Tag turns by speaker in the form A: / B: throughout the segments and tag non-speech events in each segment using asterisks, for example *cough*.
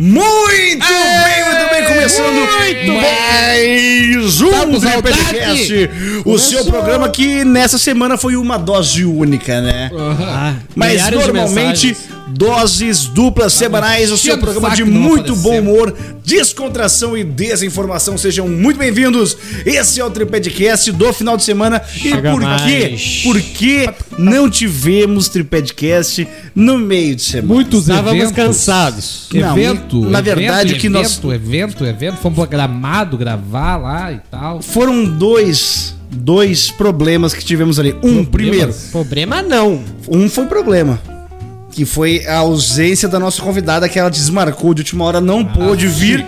A: Muito bem, muito bem, começando mais
B: Tá com
A: um
B: saudade?
A: Tripedcast, o
B: Começou.
A: seu programa que nessa semana foi uma dose única, né?
B: Ah,
A: Mas
B: milhares de
A: normalmente
B: mensagens.
A: doses duplas semanais, o
B: cheio
A: seu
B: do
A: programa
B: saco
A: de
B: que não
A: muito bom
B: apareceu.
A: humor, descontração e desinformação. Sejam muito bem-vindos. Esse é o Tripedcast do final de semana.
B: Chega
A: e por
B: mais.
A: quê? Por que não tivemos Tripedcast no meio de semana?
C: Muitos
B: Estávamos
C: eventos.
B: cansados.
A: Não,
C: evento.
A: na verdade,
C: evento,
A: o que nós-
C: evento, evento, evento, fomos programados gravar lá e tal.
A: foram dois, dois problemas que tivemos ali.
B: Hum,
A: Um, primeiro,
B: Problema não.
A: um foi problema. Que foi a ausência da nossa convidada, que ela desmarcou de última hora, não pôde vir.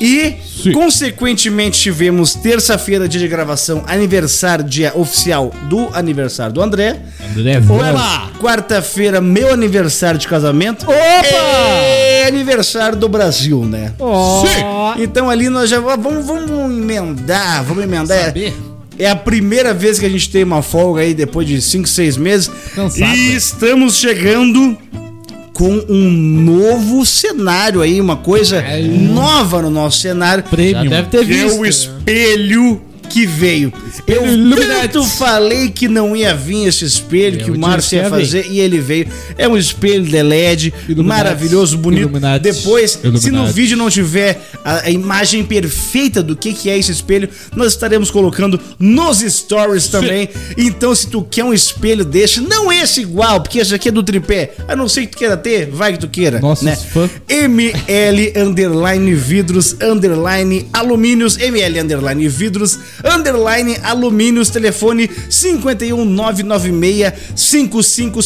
A: E, consequentemente, tivemos terça-feira, dia de gravação, aniversário, dia oficial do aniversário do André.
C: André,
A: Opa! Quarta-feira, meu aniversário de casamento. Opa! aniversário do Brasil, né?
B: Sim.
A: Então ali nós já vamos, vamos emendar, vamos emendar.
C: Saber.
A: É a primeira vez que a gente tem uma folga aí depois de 5, 6 meses.
C: Cansado,
A: e
C: né?
A: estamos chegando com um novo cenário aí, uma coisa nova no nosso cenário.
B: Já deve ter
A: Que é
B: visto.
A: o espelho que veio. eu
B: Illuminati.
A: tanto falei que não ia vir esse espelho que o
C: disse
A: Márcio ia
C: que ia vir.
A: fazer e ele veio. É um espelho de LED,
C: Illuminati.
A: maravilhoso, bonito.
C: Illuminati.
A: Depois, se no
C: Illuminati.
A: vídeo não tiver a, a imagem perfeita do que, que é esse espelho, nós estaremos colocando nos stories também. Então, se tu quer um espelho desse, não esse igual, porque esse aqui é do tripé. A não ser que tu queira ter, vai que tu queira.
C: Nossos
A: né?
C: fãs.
A: ML underline vidros underline alumínios ML underline vidros underline alumínios telefone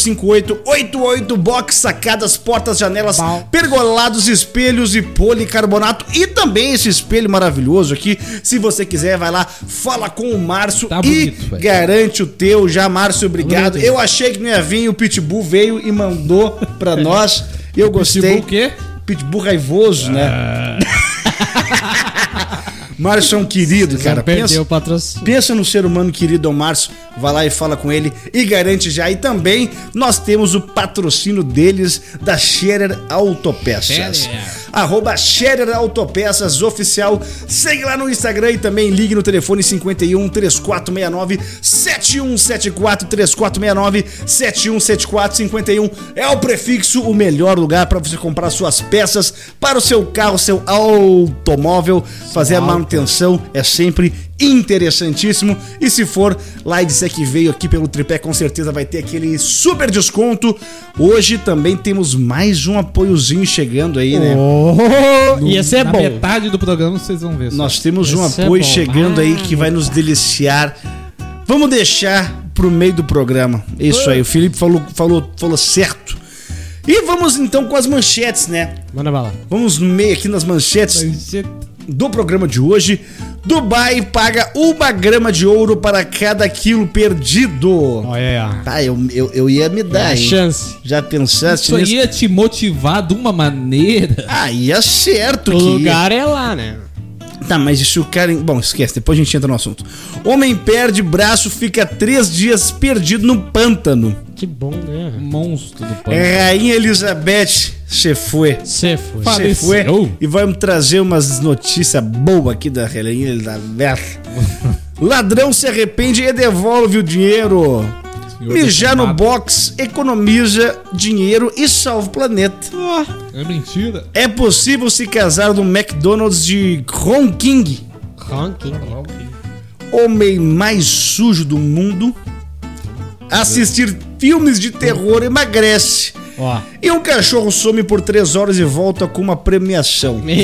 A: 51996555888 box sacadas portas janelas
C: Bom.
A: pergolados espelhos e policarbonato e também esse espelho maravilhoso aqui se você quiser vai lá fala com o Márcio
C: Tá
A: e
C: bonito, velho. Tá
A: garante o teu já Márcio obrigado
C: Bonito.
A: eu achei que não ia vir o Pitbull veio e mandou pra nós eu gostei
C: Pitbull o quê?
A: Pitbull raivoso, né? *laughs* Márcio é um querido, cara.
B: Cara, perdeu
A: Pensa,
B: o patrocínio.
A: pensa no ser humano querido ao Márcio. Vai lá e fala com ele e garante já. E também nós temos o patrocínio deles da Scherer Autopeças.
C: Scherer.
A: Arroba Scherer Autopeças Oficial. Segue lá no Instagram e também ligue no telefone 51 3469 7174 3469 7174 51. É o prefixo, o melhor lugar para você comprar suas peças para o seu carro, seu automóvel. Fazer a manutenção é sempre interessantíssimo. E se for lá e disser que veio aqui pelo tripé, com certeza vai ter aquele super desconto. Hoje também temos mais um apoiozinho chegando aí, né?
B: Oh,
C: E
B: ia ser
C: na
B: bom.
A: é
C: metade do programa vocês vão ver. só.
A: Nós temos um
B: Esse é
A: apoio
B: bom. Ah.
A: chegando aí que vai nos deliciar. Vamos deixar pro meio do programa. Isso aí, o Felipe falou, falou, falou certo. E vamos então com as manchetes, né?
B: Manda bala.
A: Vamos no meio aqui nas manchetes do programa de hoje. Dubai paga uma grama de ouro para cada quilo perdido.
B: Olha aí, ó.
A: Tá, eu, eu, eu ia me dar,
B: A
A: hein?
B: chance.
A: Já pensaste
C: Isso aí
A: nisso?
C: ia te motivar de uma maneira.
A: Ah, ia certo
B: O
A: que ia.
B: lugar é lá, né?
A: Tá, mas e se o cara. Bom, esquece, depois a gente entra no assunto. Homem perde braço, fica três dias perdido no pântano.
B: Que bom, né?
C: Monstro do pano.
A: Rainha Elizabeth se foi.
B: Você foi.
C: Fa-
A: Se foi.
C: Faleceu?
A: E vamos trazer umas notícias boas aqui da Rainha Elizabeth. Ladrão se arrepende e devolve o dinheiro.
C: Senhor
A: Mijar no
C: defumado.
A: box economiza dinheiro e salva o planeta.
C: É mentira.
A: É possível se casar no McDonald's de Hong King.
B: Honking.
A: homem mais sujo do mundo, assistir filmes de terror emagrece.
B: Ó.
A: E um cachorro some por três horas e volta com uma premiação.
B: Meu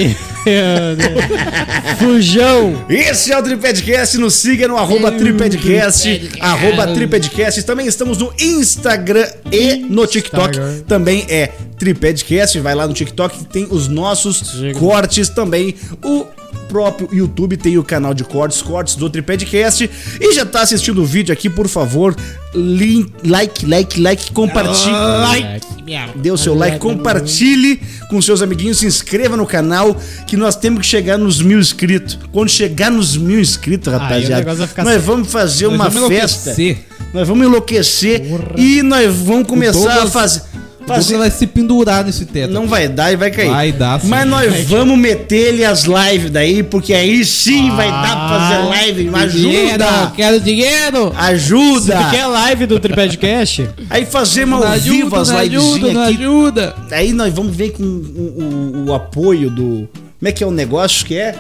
B: Deus. Fujão.
A: Esse é o Tripedcast, nos siga no arroba Tripedcast,
B: Tripedcast.
A: arroba Tripedcast. Também estamos no Instagram e no TikTok.
B: Instagram.
A: Também é Tripedcast, vai lá no TikTok, tem os nossos
B: Diga.
A: cortes também. O próprio YouTube tem o canal de cortes, cortes do Tripedcast. E já tá assistindo o vídeo aqui, por favor, link, like, like, like, compartilha. Dê o seu like, compartilhe com seus amiguinhos, se inscreva no canal, que nós temos que chegar nos mil inscritos. Quando chegar nos mil inscritos,
B: o
A: rapaziada,
B: negócio vai ficar
A: nós
B: sério.
A: vamos fazer uma
C: vamos
A: festa.
C: enlouquecer.
A: Nós vamos enlouquecer e nós vamos começar a
C: Douglas-
A: fazer.
C: Fazer...
A: Fazer-
C: vai se pendurar nesse teto.
A: Não vai dar e vai cair.
C: Vai dar, sim.
A: Mas nós vamos meter-lhe as lives daí, porque aí sim vai dar pra fazer
C: Ah,
A: live. Mas
C: Dinheiro,
A: Ajuda!
C: quero dinheiro.
B: Se
A: Ajuda!
B: tu quer é live do Tripodcast,
A: Aí fazemos
C: Não
A: ao vivo
C: ajuda,
A: as
C: não ajuda,
A: livezinhas
C: não
A: aqui.
C: ajuda.
A: Aí nós vamos ver com o, o- o apoio do. Como é que é o negócio que é?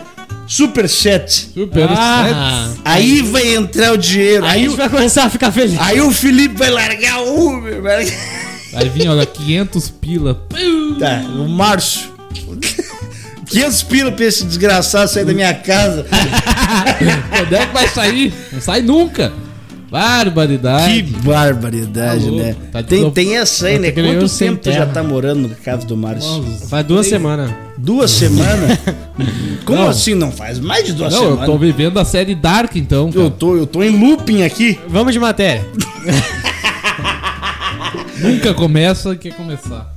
A: Superchat.
C: Super
B: Ah.
C: sete.
A: Aí vai entrar o dinheiro.
B: aí a
A: Aí,
B: gente
A: o-
B: vai começar a ficar feliz.
A: aí o Felipe vai largar o Uber. vai-
C: Vai vir, olha, 500 pila.
A: Tá, o Márcio. 500 pila pra esse desgraçado sair da minha casa.
C: Quando é que vai sair? Não sai nunca.
A: Que
C: Barbaridade.
A: barbaridade,
C: Tá louco,
A: né?
C: tá de
A: tem,
C: novo.
A: tem essa aí, né?
B: ter que ganhar um
A: Quanto
B: sem
A: tempo tu já
B: terra.
A: tá morando na casa do Márcio?
B: Faz duas semanas.
A: Duas semanas? Como
C: Não.
A: assim? Não faz mais de duas
C: Não, eu
A: semanas.
C: tô vivendo a série Dark, então. cara.
A: Eu tô, eu tô em looping aqui.
B: Vamos de matéria.
C: Nunca começa, quer começar.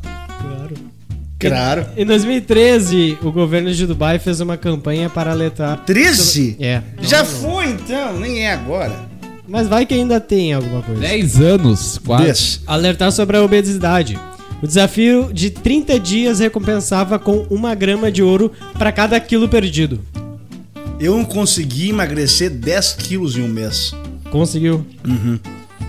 A: Claro.
B: Em 2013, o governo de Dubai fez uma campanha para alertar.
A: 13?
B: É.
A: Já foi então, nem é agora.
B: Mas vai que ainda tem alguma coisa.
C: 10 anos, quase.
A: Deixa.
B: Alertar sobre a obesidade. O desafio de 30 dias recompensava com uma grama de ouro para cada quilo perdido.
A: Eu não consegui emagrecer 10 quilos em um mês.
B: Conseguiu. Uhum.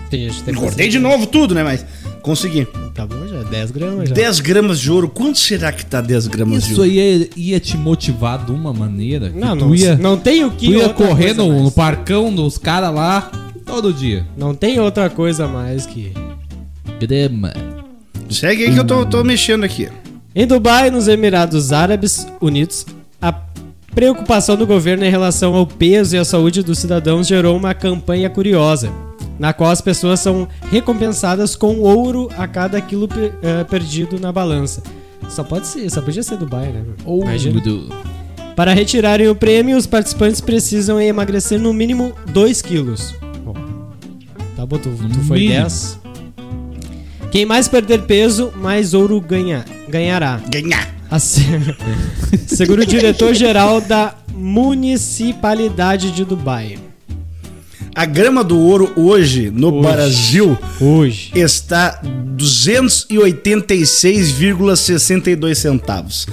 B: Tem gente que tem
A: Engordei de novo tudo, né? Mas consegui.
B: Tá bom, já. 10 gramas já.
A: 10 gramas de ouro. Quanto será que tá 10 gramas de
C: Isso
A: ouro?
C: aí ia, ia te motivar de uma maneira que
B: Não,
C: tu
B: não,
C: ia,
B: não tem o que.
C: tu ia
B: outra
C: correr
B: coisa
C: no, no
B: mais.
C: parcão dos caras lá todo dia.
B: Não tem outra coisa mais que.
C: Grama.
A: Segue aí que eu tô, tô mexendo aqui.
B: Em Dubai, nos Emirados Árabes Unidos, a preocupação do governo em relação ao peso e à saúde dos cidadãos gerou uma campanha curiosa, na qual as pessoas são recompensadas com ouro a cada quilo per- eh, perdido na balança. Só pode ser, só podia ser Dubai, né?
C: Ou
B: Imagina.
C: do-
B: Para retirarem o prêmio, os participantes precisam emagrecer no mínimo 2 quilos. Bom, Tá bom, tu, tu
C: No
B: foi
C: mínimo.
B: 10. Quem mais perder peso, mais ouro ganha, ganhará.
A: Ganhar.
B: A se- Segura Assim. o diretor-geral da Municipalidade de Dubai.
A: A grama do ouro hoje no
B: Hoje.
A: Brasil
B: Hoje.
A: está 286,62 centavos.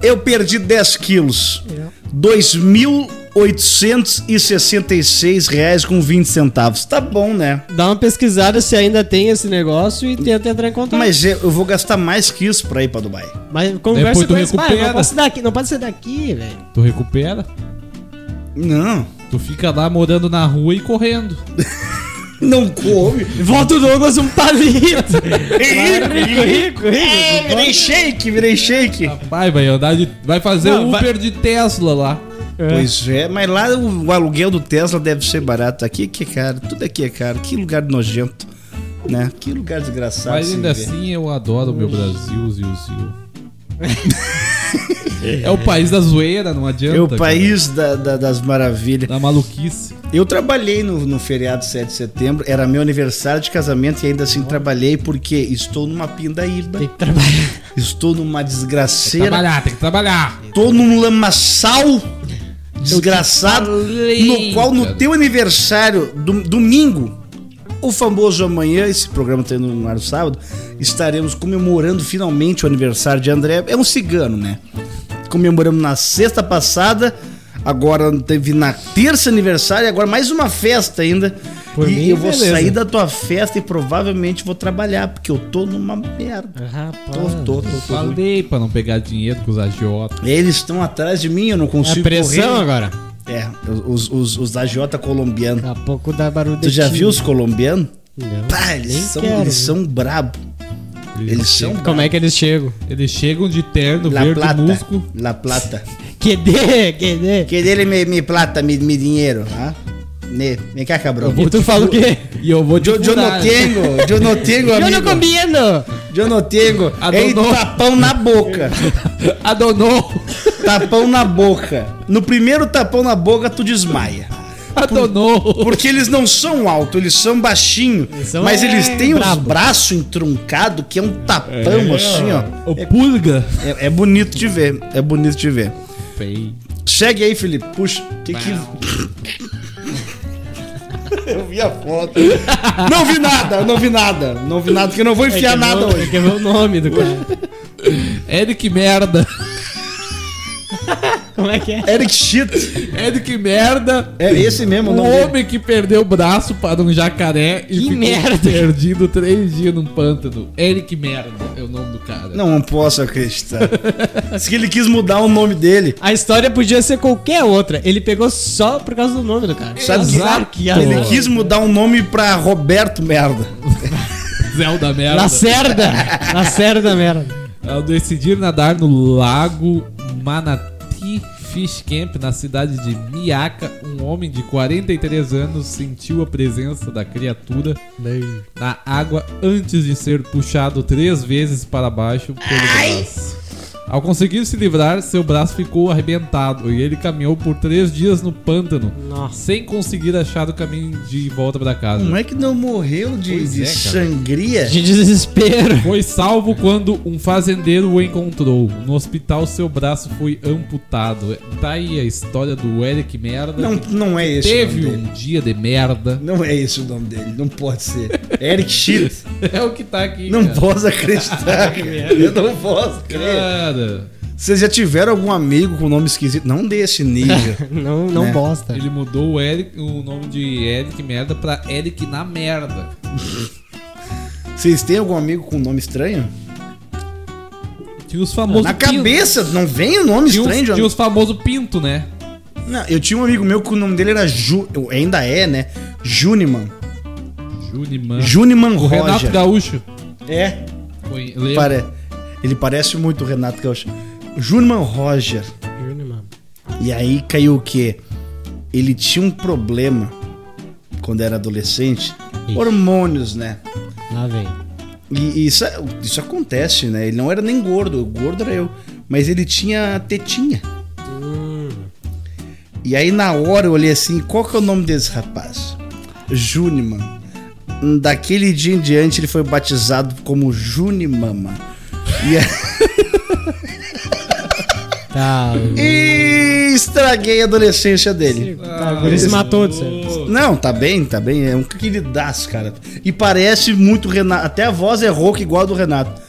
A: Eu perdi 10 quilos.
B: Tá É.
A: R$ 2.866,20. Tá bom, né?
B: Dá uma pesquisada se ainda tem esse negócio e tenta entrar em contato.
A: Mas eu eu vou gastar mais que isso pra ir pra Dubai.
B: Mas conversa
C: Depois tu
B: com esse pai,
C: recupera.
B: não pode ser daqui, não pode ser daqui, velho.
C: Tu recupera,
A: Não.
C: tu fica lá morando na rua e correndo.
A: Não come.
B: Volta o Douglas um palito.
A: rico,
B: né?
A: *laughs*
B: rico, *laughs* rico,
A: É,
B: rico.
A: virei shake, virei shake.
C: Vai, vai andar de. Vai fazer
B: Não, vai-
C: Uber de Tesla lá.
A: Pois é, mas lá o, o aluguel do Tesla deve ser barato. Aqui que é caro, tudo aqui é caro. Que lugar nojento, né? Que lugar desgraçado.
C: Mas
A: se
C: ainda
A: viver.
C: assim eu adoro o meu Brasil, Zil Zil. é o país da zoeira, não adianta.
A: É o
C: cara.
A: país da- da- das maravilhas.
C: da maluquice.
A: Eu trabalhei no, no feriado 7 de setembro, era meu aniversário de casamento e ainda assim trabalhei porque estou numa pindaíba,
B: Tem que trabalhar.
A: estou numa desgraceira,
C: Trabalhar, tem que trabalhar.
A: estou num lamaçal desgraçado,
C: falei,
A: no qual no
C: cara.
A: teu aniversário, dom- domingo, o famoso amanhã, esse programa tá indo no ar no sábado, estaremos comemorando finalmente o aniversário de André, é um cigano, né? Comemoramos na sexta passada, agora teve na terça aniversário, agora mais uma festa ainda.
B: Por
A: e
B: mim,
A: eu vou
B: beleza.
A: sair da tua festa e provavelmente vou trabalhar, porque eu tô numa merda.
B: Rapaz.
A: tô, tô,
C: Eu
A: tô ruim.
C: falei pra não pegar dinheiro com os agiotas.
A: Eles estão atrás de mim, eu não
B: É
A: consigo
B: a pressão
A: correr.
B: agora.
A: É, os, os, os agiota colombianos.
B: Daqui a pouco dá barulho
A: Tu
B: de
A: já
B: tiro.
A: viu os colombianos?
B: Não,
A: Pá, eles
B: nem
A: são,
B: quero.
A: eles são brabo. Eles são
B: Como é que eles chegam?
C: Eles chegam de terno,
A: La
C: verde
A: Plata.
C: musgo.
A: La Plata.
B: QD, QD.
A: Que dele me, me plata, me, me dinheiro. Ah? Ne, vem cá, cabrão.
B: E tu fala o quê?
C: E eu vou te
A: Eu, eu não
C: furar.
A: tenho, eu não tenho,
B: né? *laughs* Eu não
A: amigo.
B: combino.
A: Eu não tenho.
C: Ah,
A: Ei,
C: não, não.
A: tapão na boca. *laughs*
C: Adonou.
A: tapão na boca. No primeiro tapão na boca, tu desmaia.
C: Adonou.
A: Porque eles não são alto, eles são baixinho.
B: Eles são,
A: mas
B: é,
A: eles têm os
B: brabo.
A: braços entruncados, que é um tapão assim, ó.
C: O pulga.
A: É, é bonito de ver, é bonito de ver.
C: Feio.
A: Segue aí, Felipe. Puxa, que que... *laughs* Eu vi a foto. Não vi nada, não vi nada. Não vi nada, porque eu não vou enfiar
B: é
A: nada
B: meu,
A: hoje.
B: É que é meu nome
A: *laughs*
B: do cara.
C: Eric É Merda.
B: Como é que é?
A: Eric Shit.
C: Eric É Merda.
A: É esse mesmo
C: Um
A: o nome dele.
C: homem que perdeu o braço para um jacaré e
B: Que
C: ficou
B: merda.
C: perdido três dias num pântano. Eric Merda é o nome do cara.
A: Não posso acreditar. Diz que ele quis mudar o nome dele.
B: A história podia ser qualquer outra. Ele pegou só por causa do nome do cara.
A: Sabe que-
B: Azar, que
A: Ele
B: azar.
A: quis mudar o nome pra Roberto Merda.
C: Zelda Merda.
B: Lacerda! Lacerda, merda.
C: Ao decidir nadar no lago Manati Fish Camp, na cidade de Miaca, um homem de 43 anos sentiu a presença da criatura na água antes de ser puxado três vezes para baixo pelo braço. Ao conseguir se livrar, seu braço ficou arrebentado e ele caminhou por três dias no pântano,
B: Nossa.
C: sem conseguir achar o caminho de volta para casa.
A: Como é que não morreu de,
C: Pois
A: de
C: é, cara.
A: sangria?
B: De desespero.
C: Foi salvo quando um fazendeiro o encontrou. No hospital, seu braço foi amputado. Tá aí a história do Eric Merda.
A: Não, não é esse o
C: Teve
A: nome
C: um
A: dele.
C: dia de merda. *laughs*
A: Não é esse o nome dele, não pode ser. Eric Schitt.
C: É o que tá aqui.
A: Não
C: cara.
A: posso acreditar,
C: *laughs*
A: cara. Eu não posso crer.
C: Cara,
A: Vocês já tiveram algum amigo com nome esquisito? Não desse nível.
C: *laughs*
B: Não, não
A: Né?
B: bosta.
C: ele mudou o, Eric- o nome de Eric Merda pra Eric na merda.
A: Vocês têm algum amigo com nome estranho?
C: Tinha os famosos.
A: Na
C: pinto.
A: cabeça, não vem o nome
C: Tinha
A: estranho,
C: os,
A: Jonathan.
C: tinha os famosos Pinto, né?
A: Não, eu tinha um amigo meu que o nome dele era Ju. eu- Ainda é, né? Juniman.
C: Juniman.
A: Juniman
C: É. o Renato
A: Roger.
C: Gaúcho.
A: É,
C: Foi- lembra?
A: pare- ele parece muito o Renato Gaúcho. Juniman Roger.
B: Juro, mano.
A: E aí caiu o quê? Ele tinha um problema quando era adolescente.
B: Ixi.
A: Hormônios, né?
B: Lá vem.
A: E, e isso, é, isso acontece, né? Ele não era nem gordo, o gordo era eu. Mas ele tinha tetinha. E aí na hora eu olhei assim, qual que é o nome desse rapaz? Juniman. Daquele dia em diante ele foi batizado como Junimama. E aí...
B: Tá.
A: E estraguei a adolescência dele.
B: tá por isso matou de certo.
A: Não, tá bem, tá bem. É um queridaço, cara. E parece muito Renato. Até a voz é rouca igual a do Renato.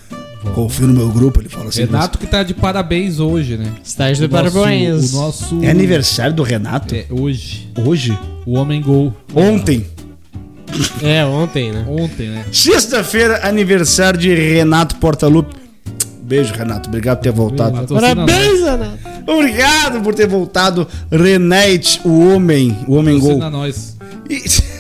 A: Confio no meu grupo, ele fala assim.
C: Renato que tá de parabéns hoje, né?
B: Estágio do
C: Nosso-
B: Parabéns.
C: O nosso.
A: É aniversário do Renato?
C: É, hoje.
A: Hoje?
C: O Homem Gol.
A: Ontem.
B: É, ontem, né?
C: Ontem, né?
A: Sexta-feira, aniversário de Renato Portaluppi. Beijo, Renato. Obrigado por ter voltado.
C: Matou
B: Parabéns, Ana.
A: Obrigado por ter voltado, Renate, o homem. O homem gol.
C: Patrocina nós.
A: E... *laughs*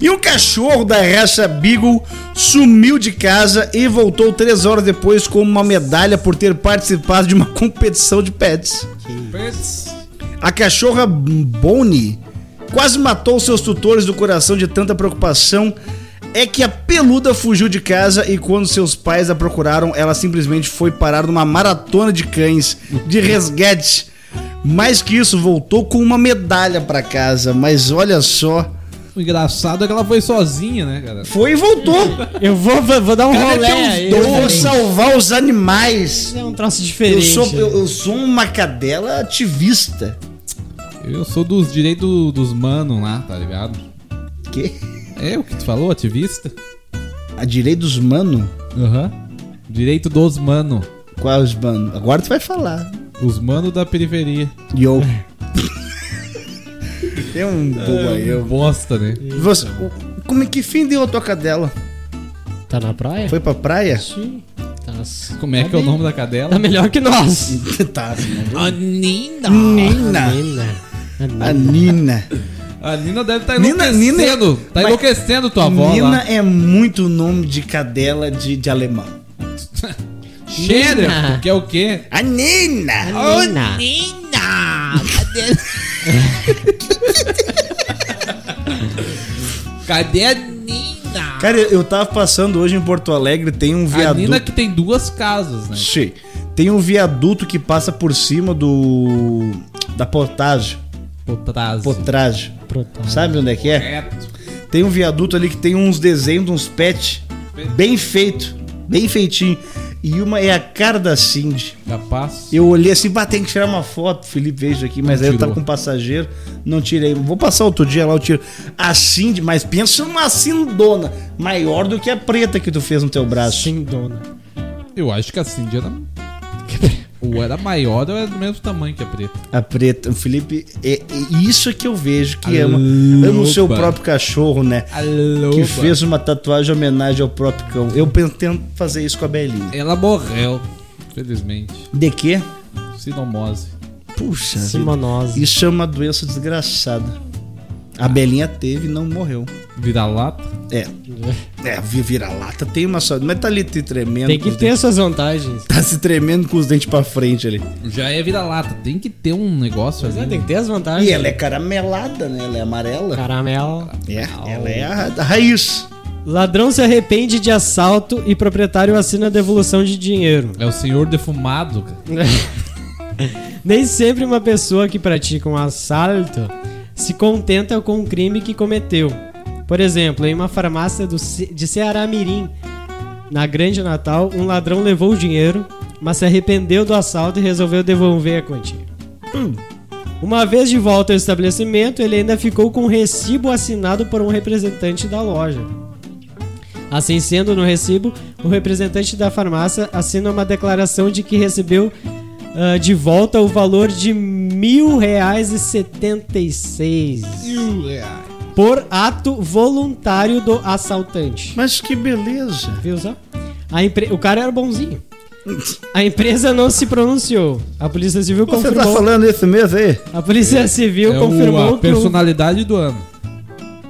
A: E um cachorro da raça Beagle sumiu de casa e voltou três horas depois com uma medalha por ter participado de uma *laughs* competição de pets. A cachorra Bonnie quase matou seus tutores do coração de tanta preocupação. É que a peluda fugiu de casa e quando seus pais a procuraram, ela simplesmente foi parar numa maratona de cães de resgate. Mais que isso, voltou com uma medalha pra casa, mas olha só.
C: O engraçado é que ela foi sozinha, né, cara?
A: Foi e voltou.
B: Eu vou, vou vou dar um
C: Cara,
B: rolé
C: tem uns
B: aí.
A: Eu vou
B: né?
A: salvar os animais.
B: É um troço
A: Eu
B: diferente.
A: sou, eu, eu sou uma cadela ativista.
C: Eu sou dos direitos dos manos lá, tá ligado?
A: Que?
C: É o que tu falou, ativista?
A: A direita dos mano?
C: Aham. Direito dos mano.
A: Quais mano? Agora tu vai falar.
C: Os mano da periferia.
A: Yo. Tem um bobo aí. eu-
C: Bosta, né?
A: Você, o- como é que fim deu a tua cadela?
B: Tá na praia?
A: Foi pra praia?
B: Sim. Tá nas-
C: Como é que é o nome da cadela?
B: Tá melhor que nós.
A: tá.
C: A Nina.
A: Nina.
B: Nina.
A: A Nina.
C: A Nina deve estar
A: Nina-
C: enlouquecendo.
A: Nina é-
C: Tá
A: Mas-
C: enlouquecendo tua avó *laughs*
A: Nina
C: lá.
A: é muito nome de cadela de, de alemão.
C: Cheira,
B: Nina.
C: porque é o quê?
A: A Nina!
B: Nina.
C: Cadê a Nina?
A: Cara, eu eu tava passando hoje em Porto Alegre, tem um
C: A
A: viaduto.
C: Nina que tem duas casas, né?
A: Sim. Tem um viaduto que passa por cima do. Da potagem.
C: Potrás.
A: Potragem.
B: Protá-
A: Sabe onde é que é?
C: Correto.
A: Tem um viaduto ali que tem uns desenhos, uns pets. Bem feito. Bem feitinho. e uma é a cara da Cindy.
C: Da paz.
A: Eu olhei assim, bah, tem que tirar uma foto, Felipe veio isso aqui, mas
C: Não
A: aí eu tava
C: tirou.
A: com um passageiro, não tirei. Vou passar outro dia lá, eu tiro. A Cindy, mas pensa numa cindona, maior do que a preta que tu fez no teu braço.
B: Sim, Assim, dona.
C: Eu acho que a Cindy era. Ou era maior ou era do mesmo tamanho que a preta.
A: A preta, o Felipe, é, é isso que eu vejo que
C: Ah,
A: ama. Ama o seu
C: opa.
A: próprio cachorro, né?
C: Alô,
A: Que fez uma tatuagem em homenagem ao próprio cão. Eu pretendo fazer isso com a Belinha.
C: Ela morreu, felizmente.
A: De quê?
C: Sinomose.
A: Puxa, vida.
B: Simonose.
A: isso é uma doença desgraçada. A Belinha teve e não morreu.
C: Vira-lata.
A: É, é vi- vira-lata tem uma só, mas tá ali te tremendo.
B: Tem
A: com
B: que
A: os
B: ter
A: dentes-
B: suas vantagens.
A: Tá se tremendo com os dentes pra frente ali.
C: Já é vira-lata. Tem que ter um negócio
B: Mas é,
C: ali.
B: tem que ter as vantagens.
A: E ela é caramelada, né? Ela é amarela.
B: Caramelo.
A: É, ela é a a raiz.
B: Ladrão se arrepende de assalto e proprietário assina devolução de dinheiro. *laughs*
C: É o senhor defumado, cara.
B: Nem sempre uma pessoa que pratica um assalto se contenta com o crime que cometeu. Por exemplo, em uma farmácia do Ce- de Ceará Mirim, na Grande Natal, um ladrão levou o dinheiro, mas se arrependeu do assalto e resolveu devolver a quantia. Uma vez de volta ao estabelecimento, ele ainda ficou com um recibo assinado por um representante da loja. Assim sendo, no recibo, o representante da farmácia assina uma declaração de que recebeu ah, de volta o valor de R$ 1.076 por ato voluntário do assaltante.
A: Mas que beleza.
B: Viu só? A empre- O cara era bonzinho. A empresa não se pronunciou. A Polícia Civil
A: Você tá
B: confirmou.
A: falando isso mesmo aí?
B: A Polícia Civil
C: é
B: confirmou
C: o, a
B: que o-
C: personalidade do ano.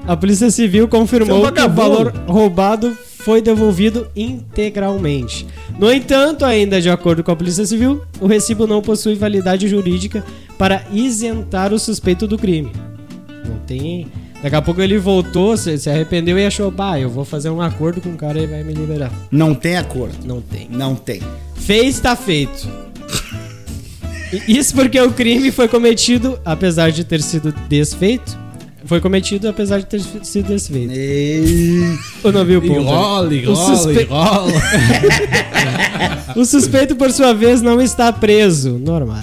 B: A Polícia Civil confirmou
A: Seu
B: que o
A: vagabundo.
B: valor roubado foi devolvido integralmente. No entanto, ainda de acordo com a Polícia Civil, o recibo não possui validade jurídica para isentar o suspeito do crime. Não tem. Daqui a pouco ele voltou, se se arrependeu e achou, bah, eu vou fazer um acordo com o cara e vai me liberar.
A: Não tem acordo.
B: Não tem.
A: Não tem.
B: Fez, tá feito. E Isso porque o crime foi cometido, apesar de ter sido desfeito. Foi cometido apesar de ter sido desfeito. Eu não vi o ponto.
C: Enrola,
B: O suspe-
C: enrola.
B: O suspeito, por sua vez, não está preso, normal.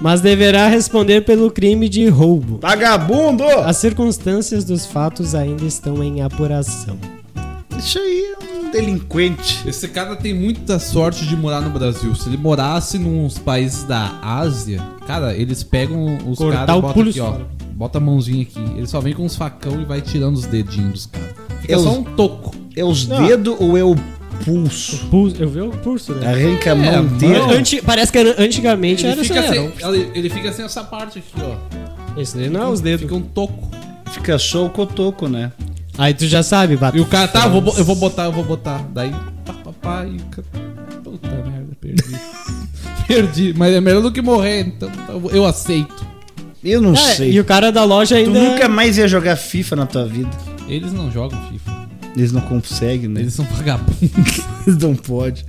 B: Mas deverá responder pelo crime de roubo.
A: Vagabundo!
B: As circunstâncias dos fatos ainda estão em apuração.
A: Isso aí é um delinquente.
C: Esse cara tem muita sorte de morar no Brasil. Se ele morasse nos países da Ásia, cara, eles pegam os
B: Cortar
C: caras
B: o
C: e botam
B: pulso
C: aqui, ó.
B: fora.
C: Bota a mãozinha aqui. Ele só vem com uns facão e vai tirando os dedinhos dos caras. Fica
A: Eu-
C: só um toco.
A: É os
B: Não.
A: dedos ou é o pulso?
B: Pulso, eu vi o pulso, né?
A: Arranca a
C: É,
A: mão
C: mão.
A: inteira.
B: Anti- parece que era- antigamente
C: Ele
B: era
C: fica,
B: assim,
C: sem, ele, ele fica sem essa parte aqui, ó.
B: era- Esse daí não é os dedos.
C: Fica um toco.
A: Fica só o cotoco, né?
B: Aí tu já sabe,
C: E
B: bateu.
C: o cara, tá, eu vou, bo- eu vou botar, eu vou botar. Daí, pá, pá, pá, e o cara... *laughs* Puta merda, perdi. perdi, mas é melhor do que morrer, então tá, eu vou- eu aceito.
A: Eu não
B: É,
A: sei.
B: e o cara da loja
A: Tu
B: ainda.
A: nunca mais ia jogar FIFA na tua vida.
C: Eles não jogam FIFA.
A: Eles não conseguem, né?
C: Eles são vagabundos.
A: Eles não podem.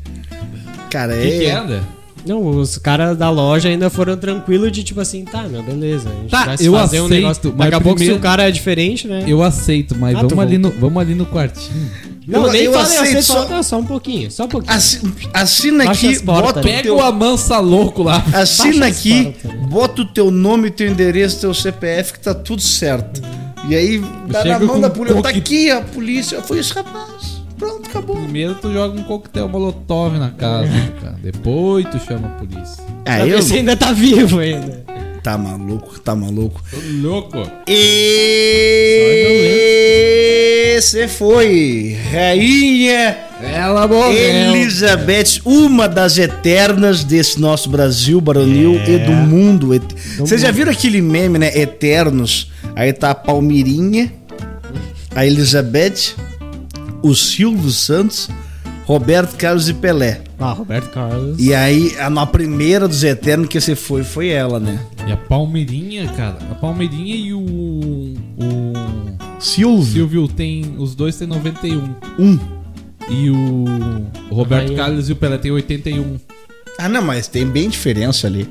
A: Cara,
C: O que, que é,
A: é.
C: André?
B: Não, os caras da loja ainda foram tranquilos de tipo assim, tá, meu, beleza. A gente
C: Tá,
B: vai se
C: eu
B: fazer um
C: aceito,
B: negócio.
C: mas
B: Daqui a pouco, se
C: primeiro-
B: o cara é diferente, né?
C: Eu aceito, mas
B: Ah, tu
C: vamos, ali no, vamos ali no quartinho.
B: Não,
A: Eu-
B: nem
A: eu
B: fala,
A: aceito,
B: eu aceito
A: só-
B: só... Não, só um pouquinho, só um pouquinho.
A: Assi- Assina
B: Baixa
A: aqui,
B: as portas,
A: bota o
C: Pega
A: teu.
C: o amansa louco lá.
A: Assina
B: baixa as
A: aqui,
B: portas.
A: bota o teu nome, teu endereço, teu CPF, que tá tudo certo. E aí, dá na
C: Chega
A: mão
C: com
A: da
C: um
A: polícia. Tá
C: coque-
A: aqui a polícia. Foi esse rapaz. Pronto, acabou.
C: Primeiro tu joga um coquetel molotov na casa, do cara. Depois tu chama a polícia.
A: Ah,
B: Pra ver se ainda tá vivo ainda.
A: Tá maluco, tá maluco.
C: Tô louco.
A: E você foi rainha
C: Ela morreu.
A: Elizabeth, uma das eternas desse nosso Brasil baronil e do É. mundo. Et- Vocês já viram aquele meme, né? Eternos. Aí tá a Palmirinha, a Elizabeth, o Silvio Santos, Roberto Carlos e Pelé.
B: Ah, Roberto Carlos.
A: E aí, a, na primeira dos eternos que você foi, foi ela, né?
C: E a Palmeirinha, cara. A Palmeirinha e o. O.
A: Silvio.
C: Silvio tem. Os dois tem 91.
A: Um.
C: E o. o Roberto
B: Rainha.
C: Carlos e um. o Pelé tem 81.
A: Ah, não, mas tem bem diferença ali.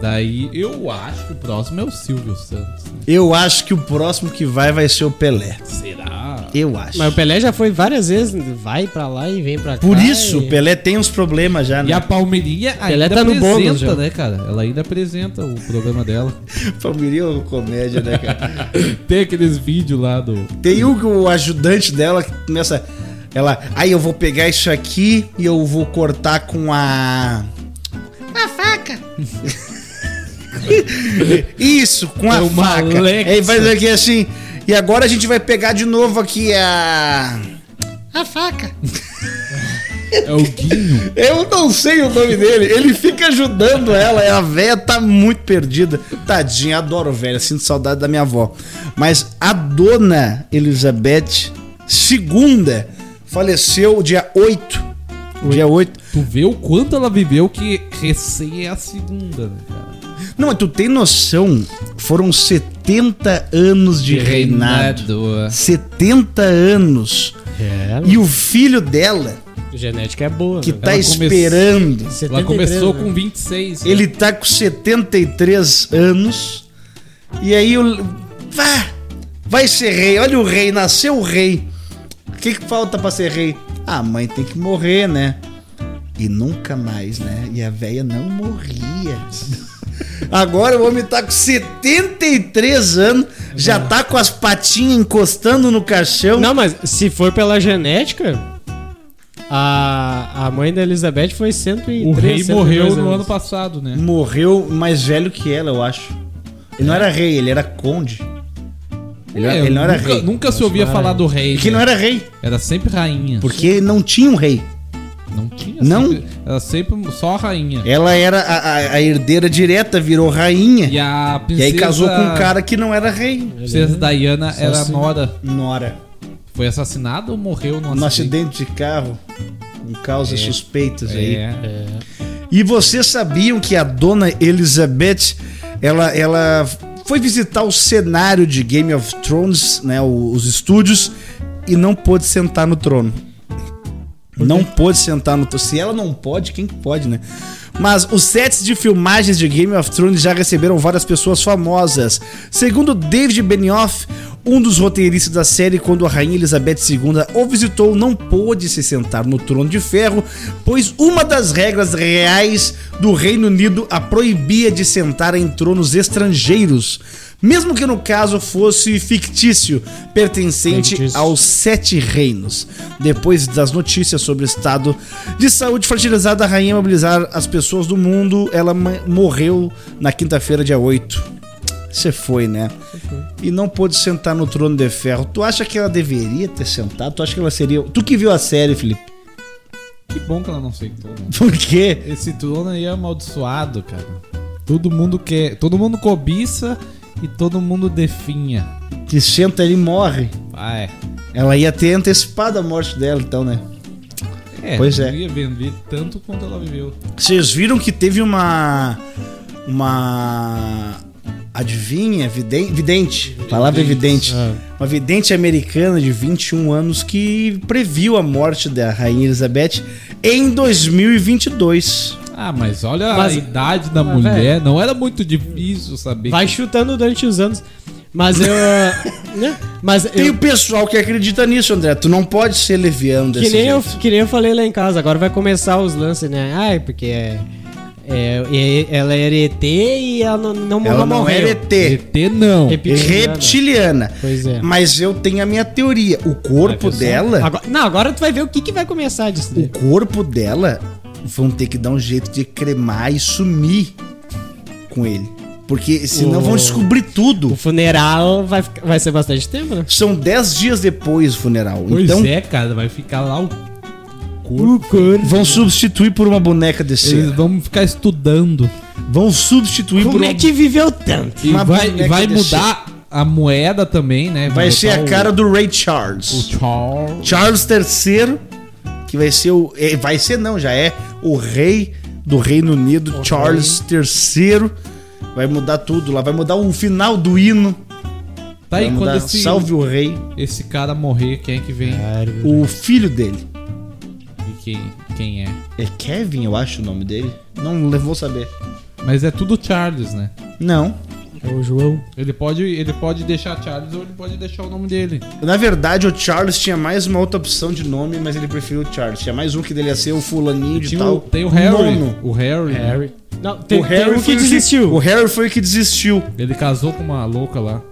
C: Daí eu acho que o próximo é o Silvio Santos. né?
A: Eu acho que o próximo que vai vai ser o Pelé.
C: Será?
A: Eu acho.
B: Mas o Pelé já foi várias vezes, vai pra lá e vem pra cá.
A: Por isso, o
B: e...
A: Pelé tem uns problemas já,
C: E
A: né?
C: a Palmeirinha
B: Pelé
C: ainda
B: tá no
C: apresenta,
B: bônus já.
C: né, cara? Ela ainda apresenta o programa dela.
A: *laughs* Palmeirinha é uma comédia, né, cara?
C: *laughs* Tem aqueles vídeos lá do.
A: tem um que o ajudante dela que começa. Ela. Aí eu vou pegar isso aqui e eu vou cortar com a. A faca! *laughs* isso, com a
C: É uma
A: faca.
C: Alexa.
A: Aí vai aqui assim. E agora a gente vai pegar de novo aqui a. A faca.
C: É o Guinho.
A: Eu não sei o nome dele. Ele fica ajudando ela. E a véia tá muito perdida. Tadinha, adoro velha. Sinto saudade da minha avó. Mas a dona Elizabeth II faleceu dia 8. Dia 8.
C: Tu vê o quanto ela viveu, que recém é a segunda, né, cara?
A: Não, mas tu tem noção? Foram 70 anos de, reinado. 70 anos.
B: É,
A: E o filho dela,
B: genética é boa.
A: que
B: né?
A: tá
C: Ela come-
A: esperando.
C: Ela
B: 73,
C: começou
B: né?
C: com 26. né?
A: Ele tá com 73 anos. E aí o. Vá! Vai ser rei. Olha o rei, nasceu o rei. O que, que falta pra ser rei? A mãe tem que morrer, né? E nunca mais, né? E a velha não morria. *laughs* Agora o homem tá com 73 anos, já tá com as patinhas encostando no caixão.
B: Não, mas se for pela genética, a, a mãe da Elizabeth foi 103
C: O rei
B: 102
C: morreu no
B: anos.
C: ano passado, né?
A: Morreu mais velho que ela, eu acho. Ele não era rei, ele era conde. Ele,
C: É,
A: ele não era
C: nunca,
A: rei.
C: nunca se ouvia
B: não era
C: falar
B: rei.
C: do rei.
A: Porque
C: né?
A: não era rei.
C: Era sempre rainha.
A: Porque não tinha um rei.
C: Não tinha.
A: Não. É.
C: sempre- Era sempre só a rainha.
A: Ela era a, a- a herdeira direta, virou rainha. E,
C: E a princesa.
A: aí casou com um cara que não era rei.
C: Princesa Diana era
B: assim.
C: nora.
A: Nora.
C: Foi assassinada ou morreu no
A: No
C: acidente?
A: acidente de carro. Com causas suspeitas aí.
C: É.
A: E vocês sabiam que a dona Elizabeth, ela, ela foi visitar o cenário de Game of Thrones, né? o- Os estúdios, e não pôde sentar no trono. Não pôde sentar no trono. Se ela não pode, quem que pode, né? Mas os sets de filmagens de Game of Thrones já receberam várias pessoas famosas. Segundo David Benioff, um dos roteiristas da série, quando a rainha Elizabeth II o visitou, não pôde se sentar no trono de ferro, pois uma das regras reais do Reino Unido a proibia de sentar em tronos estrangeiros, mesmo que no caso fosse fictício, pertencente
B: Fictício.
A: ao aos sete reinos. Depois das notícias sobre o estado de saúde fragilizada, a rainha mobilizar as pessoas do mundo, ela ma- morreu na quinta-feira, dia 8. Você foi, né? E não pôde sentar no trono de ferro. Tu acha que ela deveria ter sentado? Tu acha que ela seria. Tu que viu a série, Felipe. *laughs*
C: Que bom que ela não aceitou, né?
A: Por quê?
C: Esse trono aí é amaldiçoado, cara. Todo mundo quer. Todo mundo cobiça e todo mundo definha.
A: Que senta ele morre.
C: Ah, é.
A: Ela ia ter antecipado a morte dela, então, né?
C: É,
A: Pois
C: não
A: é.
C: ia vender tanto quanto ela viveu.
A: Vocês viram que teve uma. Uma. Adivinha? Viden- Vidente. Palavra é vidente.
B: Ah.
A: Uma vidente americana de 21 anos que previu a morte da Rainha Elizabeth em 2022.
C: Ah, mas olha
B: Mas-
C: a idade da
B: Mas,
C: mulher.
B: velho.
C: Não era muito difícil saber.
B: Vai chutando durante os anos.
A: *laughs*
B: Mas eu. né? Mas
A: Tem um
B: eu.
A: o pessoal que acredita nisso, André. Tu não pode ser leviano desse
B: Que nem, eu,
A: jeito.
B: que nem eu falei lá em casa, agora vai começar os lances, né? Ai, porque é, é- é- ela era ET e ela não, não,
A: Ela não é
B: morreu.
A: era ET.
C: ET não.
B: Reptiliana.
A: Reptiliana.
B: Pois é.
A: Mas eu tenho a minha teoria. O corpo dela.
B: Agora- não, agora tu vai ver o que, que vai começar disso.
A: O
B: daí.
A: corpo dela vão ter que dar um jeito de cremar e sumir com ele. Porque senão
B: O-
A: vão descobrir
B: O
A: tudo.
B: funeral vai, ficar- vai ser bastante tempo, né?
A: São 10 dias depois o funeral.
C: Pois
A: então
C: é, cara. Vai ficar lá o.
A: vão substituir por uma boneca de
C: Eles
A: cera.
C: vão ficar estudando.
A: Vão substituir por
B: Como
A: uma...
B: é que viveu tanto?
C: E
A: Uma
C: vai,
A: boneca
C: vai
A: desse-
C: mudar a moeda também, né?
A: né, Vai
C: botar
A: ser a
C: o-
A: cara do Ray
C: O Tá
A: Charles.
C: Charles.
A: Charles III, que vai ser o... é, Vai ser não, já é o rei do Reino Unido. Charles III. Vai mudar tudo lá. Vai mudar o final do hino.
C: Tá
A: Vai
C: aí, quando
A: mudar
C: esse,
A: Salve o rei.
C: esse cara morrer, quem é que vem?
A: O filho dele.
C: E quem, quem é?
A: É Kevin, eu acho o nome dele. Não, não vou saber.
C: Mas é tudo Charles, né?
A: Não.
B: É o João.
C: Ele pode, ele pode deixar Charles ou ele pode deixar o nome dele.
A: Na verdade, o Charles tinha mais uma outra opção de nome, mas ele preferiu o Charles. Tinha mais um que dele ia ser o fulaninho de
C: Tinha
A: tal.
C: o- tem o Harry.
A: Nono.
C: O Harry. né?
B: Não, tem,
A: o Harry
B: tem um
A: foi
B: que desistiu.
A: O Harry foi o que desistiu.
C: Ele casou com uma louca lá.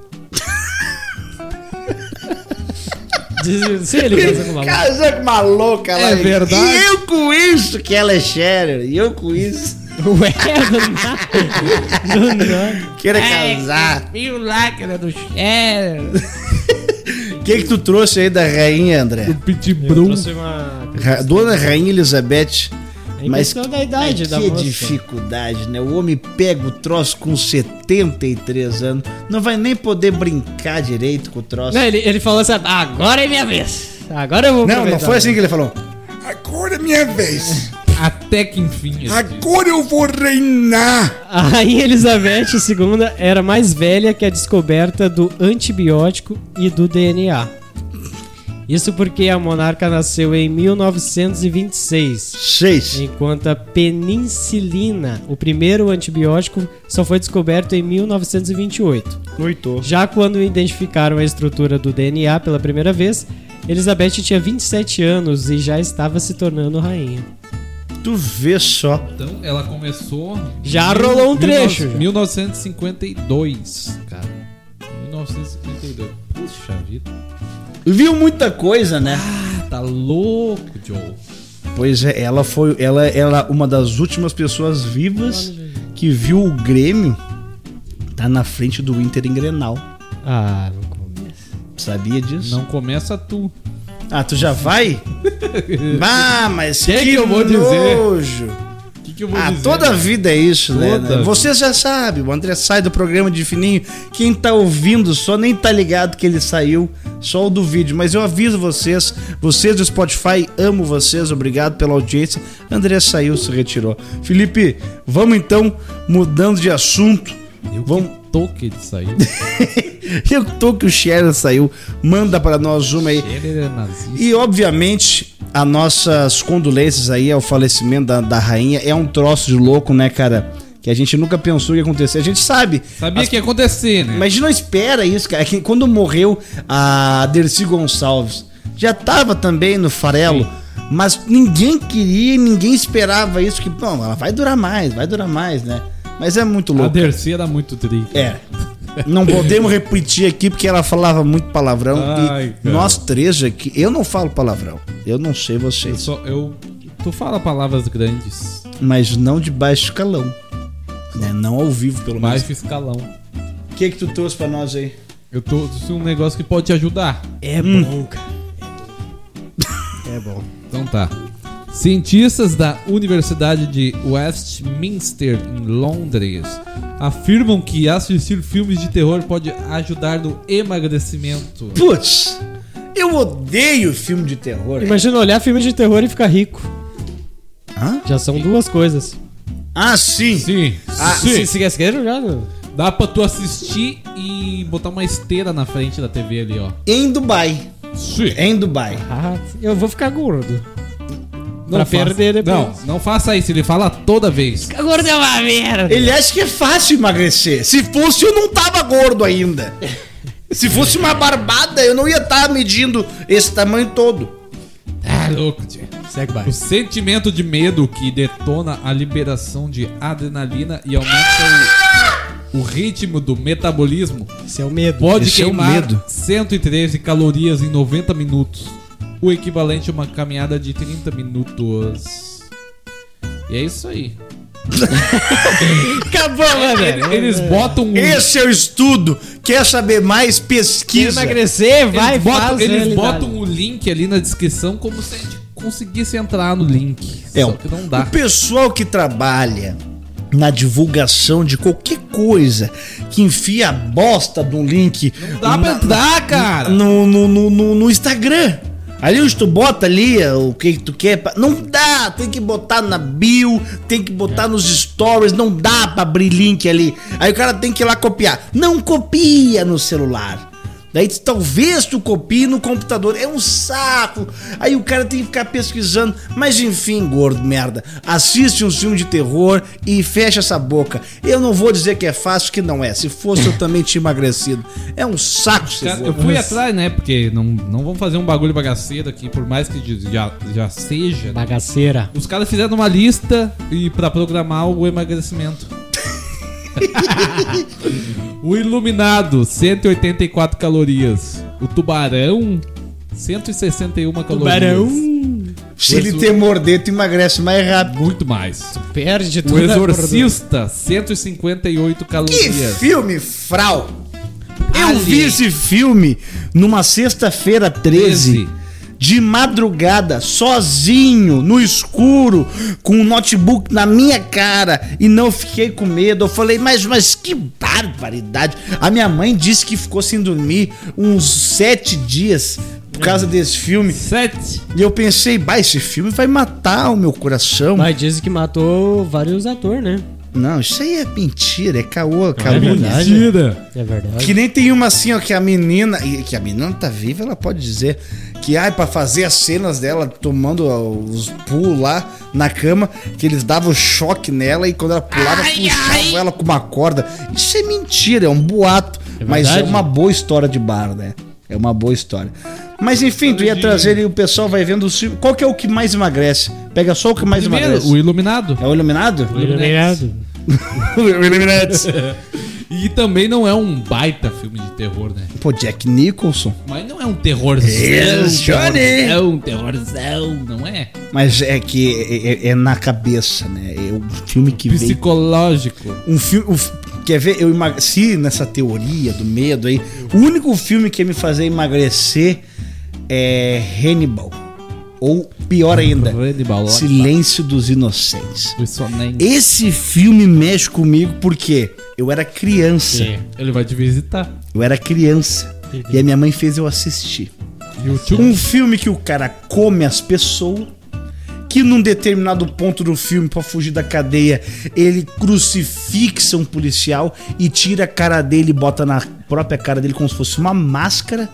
B: Desistiu. Sim, ele casou com o
A: *laughs*
B: maluco.
A: Casa com uma louca lá.
C: É verdade.
A: E eu com isso que ela é Sharon. E eu com isso
B: Ué, do nada. Do nada.
A: queira
B: É,
A: casar.
C: É, Viu lá que era do Sharon.
A: O que que tu trouxe aí da rainha, André?
C: O Pit
B: Eu
C: Brum.
B: trouxe uma.
A: Ra- Dona Rainha Elizabeth.
B: É em
A: Mas
B: questão da idade
A: que
B: da moça.
A: dificuldade, né? O homem pega o troço com 73 anos, não vai nem poder brincar direito com o troço.
B: Não, ele, ele falou assim: agora é minha vez. Agora eu vou
A: Não, não
B: aproveitar." né?
A: foi assim que ele falou.
D: Agora é minha vez.
C: Até que enfim. ele disse.
D: Agora eu vou reinar.
B: A rainha Elizabeth II era mais velha que a descoberta do antibiótico e do DNA. Isso porque a monarca nasceu em 1926,
A: Seis.
B: enquanto a penicilina, o primeiro antibiótico, só foi descoberto em 1928.
A: Oito.
B: Já quando identificaram a estrutura do DNA pela primeira vez, Elizabeth tinha 27 anos e já estava se tornando rainha.
A: Tu vê só.
C: Então, ela começou.
B: Já
C: em
B: rolou um
C: 19-
B: trecho, já.
C: 1952, cara. 1952. Puxa vida.
A: Viu muita coisa, né?
C: Ah, tá louco, Joe.
A: Pois é, ela foi. Ela ela uma das últimas pessoas vivas que viu o Grêmio tá na frente do Inter em Grenal.
B: Ah, não começa.
A: Sabia disso?
C: Não começa tu.
A: Ah, tu já
C: *laughs*
A: vai? ah, mas
C: Que
A: que,
C: é que eu vou dizer?
A: nojo.
C: O que, que eu vou
A: Ah,
C: dizer?
A: toda vida é isso, né?
C: Toda
A: Vocês já sabem, o André sai do programa de fininho. Quem tá ouvindo só nem tá ligado que ele saiu, só o do vídeo. Mas eu aviso vocês, vocês do Spotify, amo vocês, obrigado pela audiência. André saiu, se retirou. Felipe, vamos então mudando de assunto.
C: Eu
A: Vamos.
C: que tô que ele saiu.
A: *laughs* Eu tô que o Sharon saiu. Manda pra nós uma aí.
C: Ele era nazista.
A: E obviamente, as nossas condolências aí ao falecimento da, da rainha é um troço de louco, né, cara? Que a gente nunca pensou que ia acontecer. A gente sabe.
C: Sabia
A: As-
C: que ia acontecer, né?
A: Mas a gente não espera isso, cara. É que quando morreu a Dercy Gonçalves, já tava também no farelo. Mas ninguém queria, ninguém esperava isso. Que, bom, ela vai durar mais, vai durar mais, né? Mas é muito
C: A
A: louco.
C: Dercy era muito triste.
A: É. Não podemos repetir aqui porque ela falava muito palavrão.
C: Ai,
A: e
C: cara.
A: nós três aqui. Eu não falo palavrão. Eu não sei
C: Eu
A: vocês.
C: só, eu, tu fala palavras grandes,
A: Mas não de baixo escalão. né? Não ao vivo, pelo menos.
C: baixo escalão.
A: O que, que tu trouxe pra nós aí?
C: Eu tô isso é um negócio que pode te ajudar.
B: É bom, cara.
A: É
C: Então tá. Cientistas da Universidade de Westminster, em Londres, afirmam que assistir filmes de terror pode ajudar no emagrecimento.
A: Putz! Eu odeio filme de terror.
B: Imagina olhar filme de terror e ficar rico.
A: Hã?
B: Já são duas coisas.
A: Ah, sim.
C: Sim,
A: Ah,
C: sim.
B: quer, quer jogar, não.
C: Dá pra tu assistir e botar uma esteira na frente da TV ali, ó.
A: Em Dubai.
C: Sim.
A: Em Dubai.
B: Ah, eu vou ficar gordo.
C: Não
B: pra
C: faça-
B: perder depois.
C: Não, não faça isso, ele fala toda vez.
B: Ficar gordo é uma merda.
A: Ele acha que é fácil emagrecer. Se fosse, eu não tava gordo *laughs* ainda. Se fosse uma barbada, eu não ia estar medindo esse tamanho todo.
C: Tá louco, tio.
B: Segue
C: O sentimento de medo que detona a liberação de adrenalina e aumenta o, o ritmo do metabolismo
B: Esse é o medo.
C: pode
A: Esse é o
C: queimar
A: medo.
C: 113 calorias em 90 minutos, o equivalente a uma caminhada de 30 minutos. E é isso aí.
B: Acabou,
C: né, É.
B: mano.
C: Eles botam um
A: Esse é o estudo. Quer saber mais? Pesquisa.
B: emagrecer, vai,
C: eles botam,
B: faz
C: eles
B: realidade.
C: botam o link ali na descrição como se a gente conseguisse entrar no link.
A: É,
C: só
A: o-
C: que não dá.
A: O pessoal que trabalha na divulgação de qualquer coisa que enfia a bosta de um link.
C: Não dá pra
A: na-
C: entrar, cara.
A: no, no, no, no- no Instagram. Ali onde tu bota ali eh, o que que tu quer. pra- Não dá, tem que botar na bio, tem que botar nos stories, não dá pra abrir link ali. Aí o cara tem que ir lá copiar. Não copia no celular. Daí tu- talvez tu copie no computador. É um saco. Aí o cara tem que ficar pesquisando. Mas enfim, gordo merda. Assiste um filme de terror e fecha essa boca. Eu não vou dizer que é fácil, que não é. Se fosse, eu também tinha emagrecido. É um saco esse
C: Cara, eu
A: gordo.
C: fui atrás, né? Porque não, não vamos fazer um bagulho bagaceiro aqui, por mais que de- já, já seja. né?
B: um Bagaceira.
C: Os caras fizeram uma lista e para programar o emagrecimento. *laughs* o iluminado, 184 calorias. O tubarão, 161 calorias.
B: Tubarão.
A: Se ele ter morder, tu emagrece mais rápido.
C: Muito mais.
B: Perde tudo.
C: O exorcista, 158
A: Que
C: calorias.
A: filme frau! Eu
C: Ali.
A: vi esse filme numa sexta-feira 13, de madrugada, sozinho, no escuro, com um notebook na minha cara e não fiquei com medo. Eu falei, mas, mas que barbaridade! A minha mãe disse que ficou sem dormir uns sete dias por causa desse filme.
C: 7.
A: E eu pensei, bah, esse filme vai matar o meu coração.
B: Mas dizem que matou vários atores, né?
A: Não, isso aí é mentira, é caô, calúnia.
B: verdade. É verdade.
A: Que nem tem uma assim, ó, que a menina. e Que a menina tá viva, ela pode dizer. Que, ai, pra fazer as cenas dela tomando ó, os pulos lá na cama, que eles davam choque nela e quando ela pulava, puxavam ela com uma corda. Isso é mentira, é um boato. mas é
B: verdade?
A: uma boa história de bar, né? É uma boa história. Mas enfim, tu ia trazer e o pessoal vai vendo o filme. Qual que é o que mais emagrece? Pega só o que mais
C: Primeiro,
A: emagrece.
C: o iluminado.
A: É o iluminado?
B: Iluminado.
A: *laughs* o iluminado.
C: E também não é um baita filme de terror, né?
A: Pô, Jack Nicholson.
C: Mas não é um terrorzão.
A: Yes, Johnny.
C: É um terrorzão, não é?
A: Mas é que é, é- é na cabeça, né? É um filme que vem.
C: Psicológico.
A: Um filme. um fi- quer ver? Eu emagreci nessa teoria do medo aí. O único filme que ia me fazer emagrecer é Hannibal. Ou pior ainda,
C: Hannibal, olha.
A: Silêncio dos Inocentes.
C: Isso nem.
A: Esse filme mexe comigo porque eu era criança.
C: Ele vai te visitar.
A: Eu era criança. E a minha mãe fez eu assistir.
C: YouTube.
A: Um filme que o cara come as pessoas, que num determinado ponto do filme, pra fugir da cadeia, ele crucifixa um policial e tira a cara dele e bota na própria cara dele como se fosse uma máscara.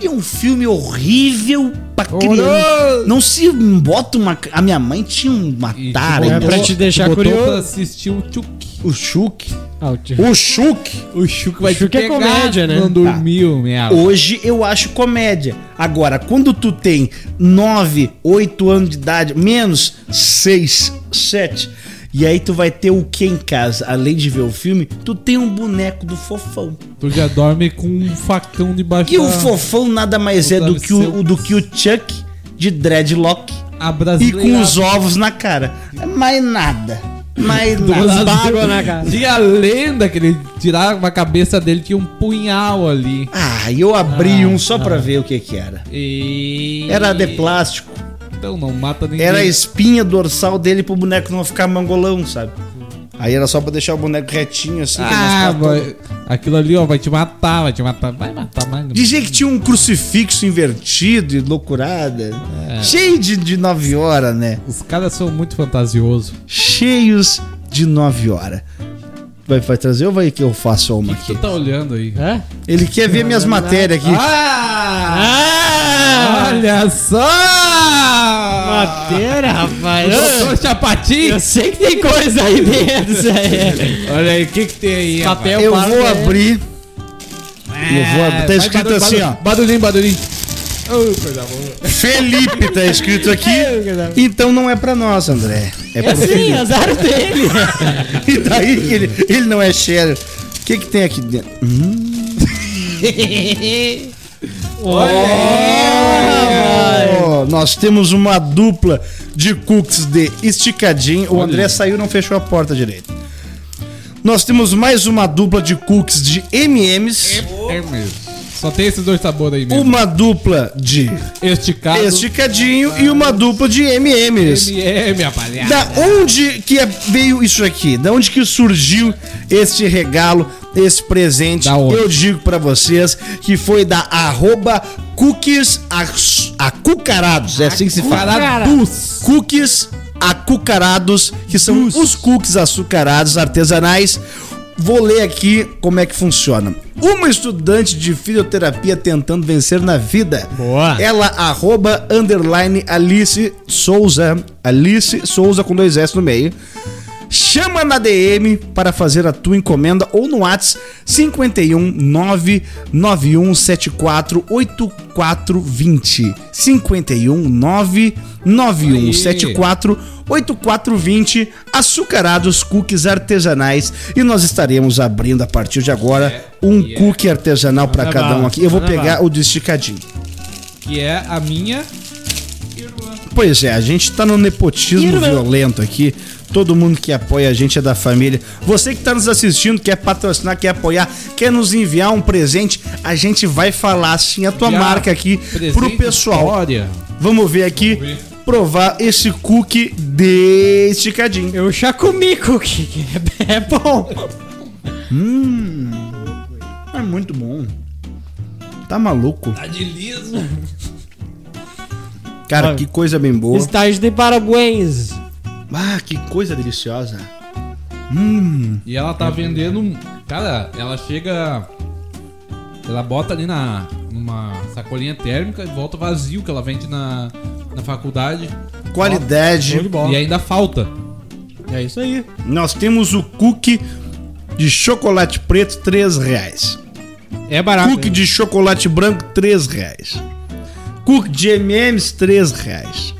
A: E é um filme horrível pra criança. Não se bota uma. A minha mãe tinha um
C: E
A: atalho.
B: É pra te deixar
C: botou
B: curioso.
C: pra assistir o Chuck.
A: O Chuck.
B: Ah, o tio-
A: O Chuck.
C: O Chuck
B: vai te pegar.
C: Não
B: Não
C: dormiu, minha.
A: Hoje eu acho comédia. Agora, quando tu tem 9, 8 anos de idade, menos 6, 7, e aí tu vai ter o que em casa? Além de ver o filme, tu tem um boneco do fofão.
C: Tu já dorme com um facão debaixo
A: E o
C: da-
A: fofão nada mais é do que o, do que o Chuck de dreadlock
C: A
A: e
C: brasileira.
A: com os ovos na cara. Mais nada. Mais nada.
B: Água
A: né,
B: na cara.
C: Tinha a lenda que ele tirava a cabeça dele, tinha um punhal ali.
A: Ah, eu abri um só pra ver o que que era.
C: E...
A: Era de plástico.
C: Então não mata ninguém.
A: Era a espinha dorsal dele pro boneco não ficar mangolão, sabe? Aí era só pra deixar o boneco retinho assim. pra ele não ficar
C: Ah,
A: todo-
C: vai... aquilo ali, ó, vai te matar, vai te matar. Vai matar mais.
A: Dizia que tinha um crucifixo invertido e loucurada. Cheio de, de nove horas, né?
C: Os caras são muito fantasiosos.
A: Cheios de nove horas. Vai, vai trazer ou vai que É eu faço uma
C: Tu
A: aqui?
C: tá olhando aí.
B: Hã?
A: Ele quer ver minhas matérias aqui.
C: Ah! Olha só!
B: Madeira, rapaz.
C: Doutor Chapatinho!
B: Eu sei que tem coisa aí dentro. isso aí.
C: Olha aí, o que que tem aí?
B: Papel.
A: eu
B: paro
A: vou
B: de-
A: abrir.
C: rapaz? É,
A: Eu vou abrir. Tá
C: Vai,
A: escrito
C: barulho,
A: assim,
C: barulho.
A: ó.
C: Barulhinho, barulhinho. Ô, coisa boa.
A: Felipe tá escrito aqui. Então não é pra nós, André. É pro
B: Sim, azar dele.
A: *laughs* E daí que ele, ele não é cheiro. O que, que tem aqui dentro? Oh, nós temos uma dupla de cookies de esticadinho. O André saiu e não fechou a porta direito. Nós temos mais uma dupla de cookies de MMs.
C: É mesmo. Só tem esses dois sabores aí mesmo.
A: Uma dupla de
C: Esticado.
A: esticadinho
C: Ah,
A: e uma dupla de MMs.
C: MM, rapaziada.
A: Da onde que é- veio isso aqui? Da onde que surgiu este regalo, esse presente?
C: Da onde?
A: Eu digo pra vocês que foi da arroba cookies ac-
C: Ah,
A: acucarados. É assim que se fala.
C: Paraduz.
A: Cookies acucarados, que são os cookies açucarados artesanais Vou ler aqui como é que funciona. Uma estudante de fisioterapia tentando vencer na vida.
B: Boa.
A: Ela, arroba, underline, Alice Souza. Alice Souza com dois S no meio. Chama na DM para fazer a tua encomenda ou no Whats 51 99174 8420. 51 99174 8420 açucarados cookies artesanais e nós estaremos abrindo a partir de agora um
C: yeah.
A: cookie artesanal para
B: É, Manda
A: cada um
B: bala,
A: aqui. Eu vou
B: manda
A: pegar
B: bala.
A: o de esticadinho.
C: Que é a minha irmã.
A: Pois é, a gente tá num nepotismo
B: Irmã.
A: violento aqui. Todo mundo que apoia a gente é da família. Você que tá nos assistindo, quer patrocinar, quer apoiar, quer nos enviar um presente, a gente vai falar sim a tua
C: Enviar
A: marca aqui pro
C: presente,
A: pessoal.
C: Olha.
A: Vamos ver aqui,
C: Vamos ver.
A: provar esse cookie de esticadinho.
B: Eu já comi cookie, que é é bom.
A: É muito bom. Tá maluco?
C: Tá de liso.
A: Cara,
B: Olha.
A: que coisa bem boa.
B: Estágio de parabéns.
A: Ah, que coisa deliciosa.
C: E ela tá vendendo. um- Cara, ela chega. Ela bota ali na numa sacolinha térmica e volta vazio que ela vende na, na faculdade.
A: Qualidade.
B: Show de bola.
C: E ainda falta.
B: É isso aí.
A: Nós temos o cookie de chocolate preto, R$ 3 reais.
B: É barato.
A: Cookie de chocolate branco, 3 reais. Cookie de MMs, 3 reais.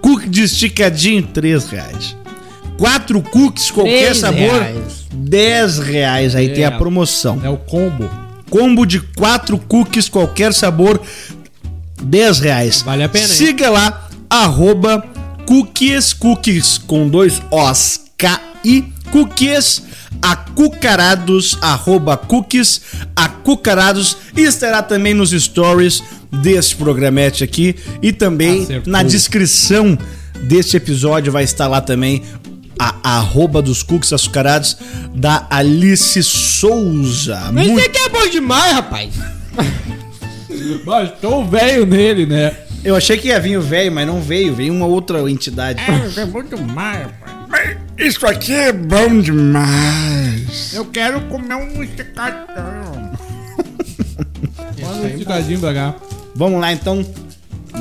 A: Cookie de esticadinho, 3 reais. Quatro cookies, qualquer
B: Três
A: sabor,
B: reais.
A: 10 reais. Aí
C: É.
A: tem a promoção.
C: É o combo.
A: Combo de quatro cookies, qualquer sabor, 10 reais.
B: Vale a pena, hein?
A: Siga lá, arroba cookies, cookies com dois Os, K e cookies, acucarados, arroba cookies, acucarados. E estará também nos stories deste programete aqui e também
C: Acertou.
A: na descrição deste episódio vai estar lá também a arroba dos cookies açucarados da Alice Souza.
B: Mas
A: Muito
B: isso aqui é bom demais, rapaz.
C: Mas tô velho nele, né?
A: Eu achei que ia vir o velho, mas não veio. Veio uma outra entidade.
B: é bom demais, rapaz.
D: Mas isso aqui é bom demais.
B: Eu quero comer um esticadão.
C: Manda um picadinho pra cá.
A: Vamos lá, então.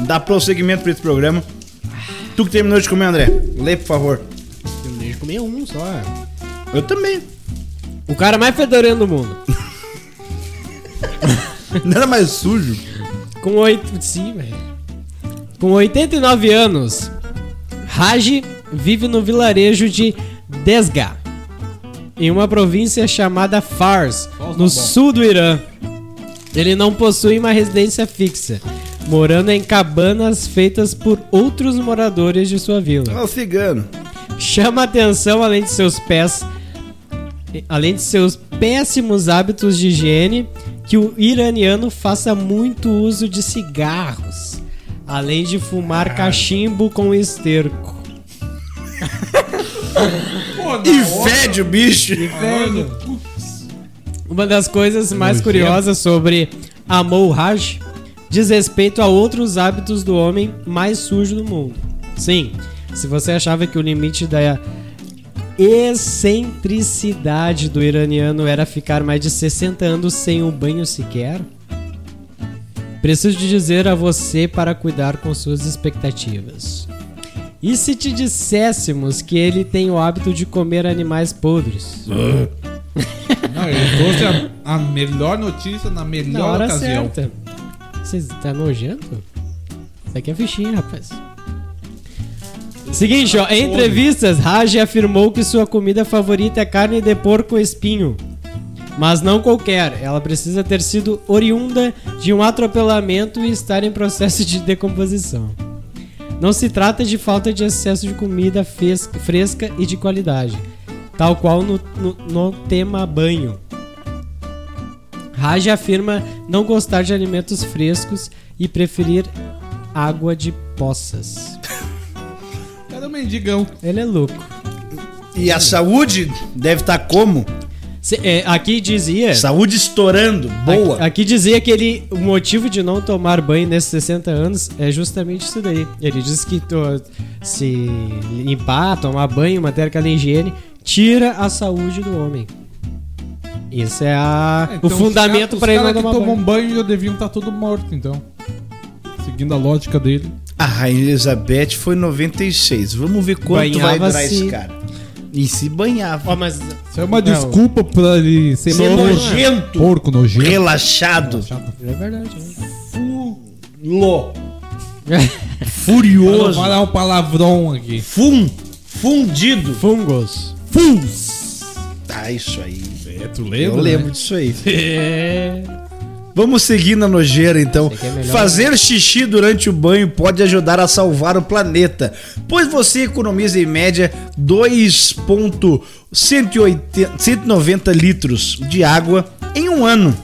A: Dá prosseguimento pra esse programa. Tu que terminou de comer, André. Lê, por favor.
B: Deixa eu comer um só.
A: Eu também.
B: O cara mais fedorento do mundo.
A: Nada mais sujo.
B: Com oito... Sim, velho. Com 89 anos, Raji vive no vilarejo de Desga, em uma província chamada Fars,
C: Fars
B: no
C: tá bom.
B: sul do Irã. Ele não possui uma residência fixa, morando em cabanas feitas por outros moradores de sua vila.
A: Ó, É o cigano.
B: Chama atenção além de seus pés, além de seus péssimos hábitos de higiene, que o iraniano faça muito uso de cigarros, além de fumar cachimbo com esterco.
A: E fede o bicho.
B: Uma das coisas mais curiosas sobre Amou Raj diz respeito a outros hábitos do homem mais sujo do mundo. Sim, se você achava que o limite da excentricidade do iraniano era ficar mais de 60 anos sem um banho sequer, preciso te dizer a você para cuidar com suas expectativas. E se te disséssemos que ele tem o hábito de comer animais podres?
C: Não, ele trouxe a, a melhor notícia na
B: Na
C: melhor
B: hora
C: ocasião.
B: certa. Vocês tá nojento? Isso aqui é fichinha, rapaz. Seguinte, ó, em entrevistas, Raj afirmou que sua comida favorita é carne de porco espinho. Mas não qualquer, ela precisa ter sido oriunda de um atropelamento e estar em processo de decomposição. Não se trata de falta de excesso de comida fes- fresca e de qualidade, tal qual no- no- no tema banho. Raj afirma não gostar de alimentos frescos e preferir água de poças.
C: Cadê o mendigão?
B: Ele é louco.
A: E a saúde deve estar como?
B: Se- é, aqui dizia.
A: Saúde estourando. Boa.
B: Aqui, aqui dizia que ele, o motivo de não tomar banho nesses 60 anos é justamente isso daí. Ele diz que to- se limpar, tomar banho, manter aquela higiene, tira a saúde do homem. Isso é a-
C: É,
B: o
C: então os
B: fundamento
C: ca-
B: pra
C: os
B: ele não
C: caras que
B: tomar
C: tomam
B: banho.
C: banho já deviam estar todo morto, então. Seguindo a lógica dele.
A: A Rainha Elizabeth foi 96. Vamos ver quanto vai
B: Banhava-se.
A: durar esse cara. E se banhava.
B: Ó, mas
C: Isso é uma
B: Não.
C: desculpa pra ele ser,
A: Ser
C: porco.
A: nojento.
C: Porco nojento.
A: Relaxado.
C: Chato.
B: é verdade. *laughs* né?
A: Louco. Furioso.
C: Vou dar um palavrão aqui.
A: Fum. Fundido.
B: Fungos.
A: Funs. Tá, isso aí.
C: É, tu
A: Eu
C: lembra?
A: lembro disso aí. *laughs*
B: É.
A: Vamos seguir na nojeira então.
B: Esse aqui é melhor,
A: Fazer xixi durante o banho pode ajudar a salvar o planeta, pois você economiza em média 2.190 litros de água em um ano.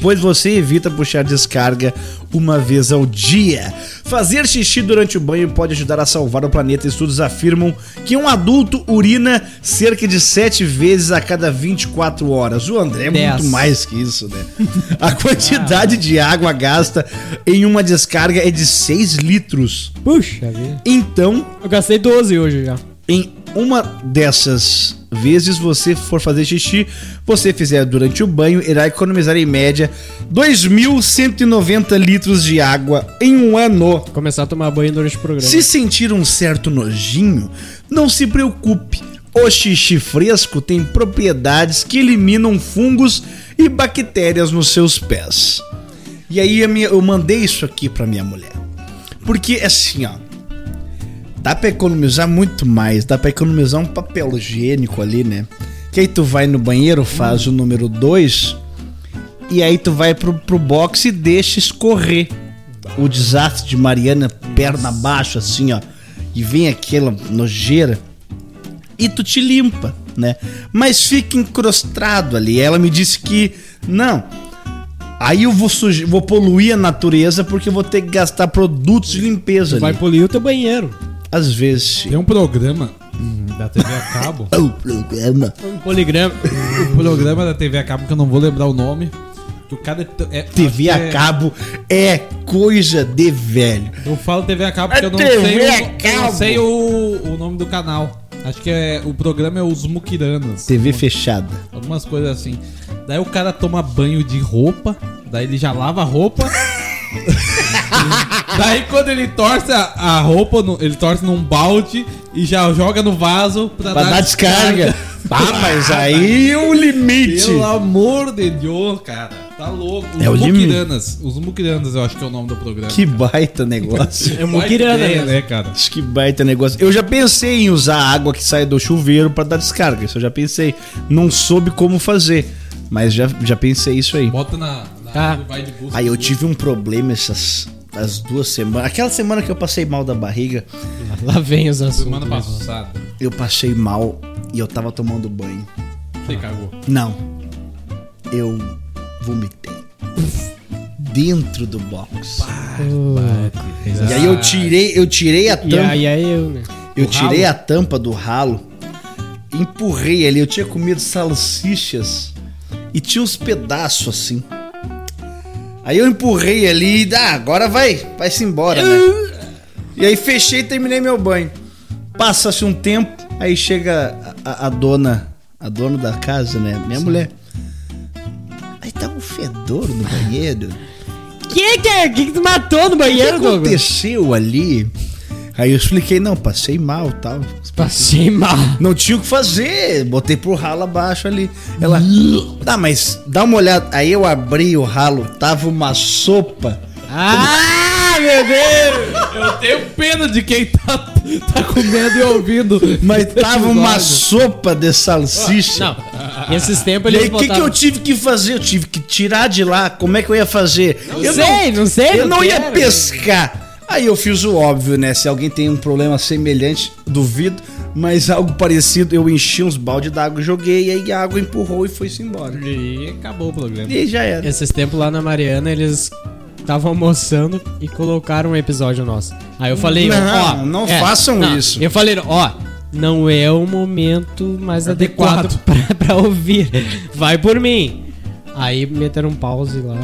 A: Pois você evita puxar descarga uma vez ao dia. Fazer xixi durante o banho pode ajudar a salvar o planeta. Estudos afirmam que um adulto urina cerca de 7 vezes a cada 24 horas. O André é muito mais
B: Dez.
A: mais que isso, né? A quantidade de água gasta em uma descarga é de 6 litros.
B: Puxa vida.
A: Então,
B: Eu gastei 12 hoje já.
A: em uma dessas vezes você for fazer xixi, você fizer durante o banho, irá economizar em média 2.190 litros de água em um ano.
B: Começar a tomar banho durante o programa.
A: Se sentir um certo nojinho, não se preocupe. O xixi fresco tem propriedades que eliminam fungos e bactérias nos seus pés. E aí a minha- eu mandei isso aqui pra minha mulher. Porque assim, ó. Dá pra economizar muito mais, dá pra economizar um papel higiênico ali, né? Que aí tu vai no banheiro, faz o número 2 e aí tu vai pro, pro box e deixa escorrer o desastre de Mariana, perna abaixo, assim, ó. E vem aquela nojeira. E tu te limpa, né? Mas fica encrostado ali. Ela me disse que. Não. Aí eu vou, suje... vou poluir a natureza porque eu vou ter que gastar produtos de limpeza
B: Vai
A: ali.
B: polir o teu banheiro.
A: Às vezes. sim.
C: Tem um programa
B: Hum,
C: da TV a *laughs* cabo.
A: O programa.
C: Tá
B: Um poligrama.
C: um programa da TV a cabo que eu não vou lembrar o nome. Que o cara é t- é.
A: TV
C: é-
A: a cabo é coisa de velho.
C: Eu falo TV a cabo porque
A: É
C: eu não
A: TV
C: sei,
A: a
C: o, eu não
A: cabo.
C: sei o, o nome do canal. Acho que é, o programa é Os Muquiranas.
A: TV fechada.
C: Algumas coisas assim. Daí o cara toma banho de roupa, daí ele já lava a roupa. *laughs* daí quando ele torce a, a roupa, no- ele torce num balde e já joga no vaso pra,
A: Pra dar descarga. Ah, mas aí é o limite.
C: Pelo amor de Deus, cara. Tá louco. Os
A: É o limite.
C: Muquiranas. Os Muquiranas, eu acho que é o nome do programa.
A: Que baita negócio.
B: É muquirana,
C: Boa ideia,
B: né?
C: né, cara?
A: Acho que baita negócio. Eu já pensei em usar a água que sai do chuveiro pra dar descarga. Isso eu já pensei. Não soube como fazer, mas já, já pensei isso aí.
C: Bota na. na
B: Tá.
C: vai de busca.
A: Aí eu tive um problema essas as duas semanas. Aquela semana que eu passei mal da barriga,
B: Lá vem os assuntos.
C: Semana
B: né?
C: passada.
A: eu passei mal e eu tava tomando banho.
C: Você cagou.
A: Não. Eu vomitei. Dentro do box.
B: Ah,
A: E aí eu tirei, eu tirei a
B: E
A: tampa.
B: aí é eu, né?
A: Então, Eu
C: Do
A: tirei
C: ralo?
A: a tampa do ralo, empurrei ali. Eu tinha comido salsichas e tinha uns pedaços assim. Aí eu empurrei ali e ah, agora vai, vai-se embora, né? E aí fechei e terminei meu banho. Passa-se um tempo, aí chega a, a- a dona, a dona da casa, né? Minha mulher. Aí tá um fedor no banheiro.
B: Que que é? Que que tu matou no
A: O que
B: banheiro, Douglas?
A: aconteceu ali? Aí eu expliquei, não, passei mal tal.
B: Passei mal.
A: Não tinha o que fazer, botei pro ralo abaixo ali. Ela, tá, mas dá uma olhada. Aí eu abri o ralo, tava uma sopa.
B: *laughs* Ah, meu Deus!
C: Eu tenho pena de quem tá, tá comendo e ouvindo.
B: *laughs*
A: Mas tava uma
C: Episódio.
A: sopa de salsicha.
B: Não, esses tempos
A: E aí,
B: eles
A: o que, que eu tive que fazer? Eu tive que tirar de lá. Como é que eu ia fazer? eu
B: sei, não sei,
A: Eu
B: não
A: não ia
B: quero. né?
A: pescar. Aí eu fiz o óbvio, né? Se alguém tem um problema semelhante, duvido. Mas algo parecido, eu enchi uns balde d'água, joguei, e aí a água empurrou e foi-se embora.
C: E acabou o programa.
A: E aí já era.
B: Esses tempos lá na Mariana, eles estavam almoçando e colocaram um episódio nosso. Aí eu falei,
A: Não,
B: ó, é,
A: não façam isso.
B: Eu falei, ó, não é o momento mais
C: Adequado.
B: adequado, *laughs* pra, pra ouvir. Vai por mim. Aí meteram um pause lá.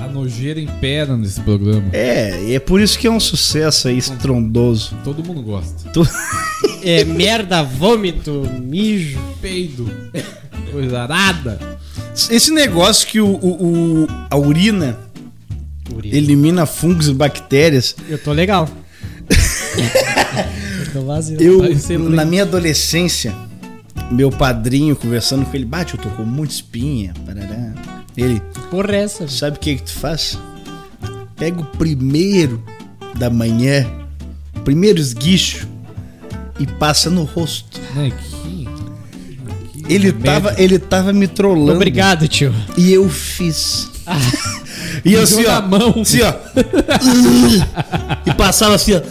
C: Ah, nojeira em pedra nesse programa.
A: É, e é por isso que é um sucesso aí estrondoso.
C: Todo mundo gosta.
B: É merda, vômito, mijo.
C: Peido. Coisa arada.
A: Esse negócio que o, o- o- a urina
B: Urina.
A: elimina fungos e bactérias,
B: Eu
A: *laughs*
B: tô legal. eu tô vazio.
A: eu,
C: Tá excelente.
A: na minha adolescência, meu padrinho conversando com ele, bate, eu tô com muita espinha, parará. Ele,
B: Porra, é essa. velho?
A: sabe o que que tu faz? Pega o primeiro da manhã, o primeiro esguicho, e passa no rosto.
C: Né, que-
A: Ele tava, ele tava me trollando.
B: Obrigado, tio.
A: E eu
B: *laughs*
A: fiz. e eu assim,
C: Deu
A: ó.
C: na mão.
A: Assim, ó. e passava assim, ó.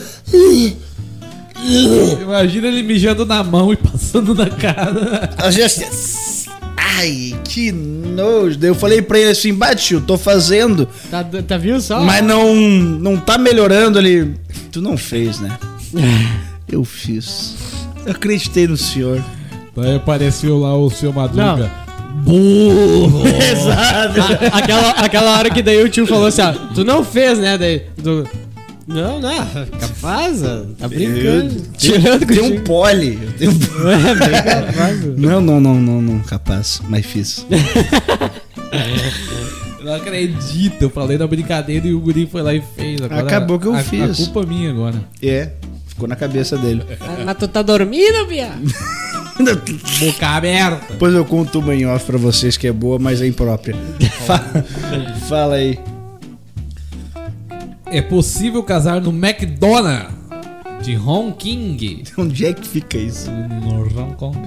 C: Imagina ele mijando na mão e passando na cara.
A: Às vezes, assim, Ai, que nojo. Daí eu falei pra ele assim, bate, eu tô fazendo.
B: Tá, tá viu só? *laughs*
A: Mas não, não tá melhorando. Ele. Tu não fez,
B: *laughs*
A: né? Eu fiz. Eu acreditei no senhor.
C: Daí apareceu lá o seu Madruga.
A: Exato.
B: A- aquela, aquela hora que daí o tio falou assim, ó, tu não fez, né? Daí, do- não, não, capaz, ó, tá brincando, tirando
A: Tem um
B: contigo.
A: pole. eu tenho um pole.
B: É, bem capaz, ó.
A: *laughs* Não, não, não, não, não, capaz. Mas fiz.
C: Eu Não acredito, eu falei na brincadeira e o guri foi lá e fez. Agora,
A: Acabou que eu
C: a,
A: fiz.
C: A culpa é minha agora.
A: É, ficou na cabeça dele.
B: Mas- Mas tu tá dormindo, Bia?
C: Boca aberta.
A: Depois eu conto uma em off pra vocês que é boa, mas é imprópria. Fala, fala aí.
C: É possível casar no McDonald's de Hong Kong.
A: Onde é que fica isso?
C: Um No Hong Kong.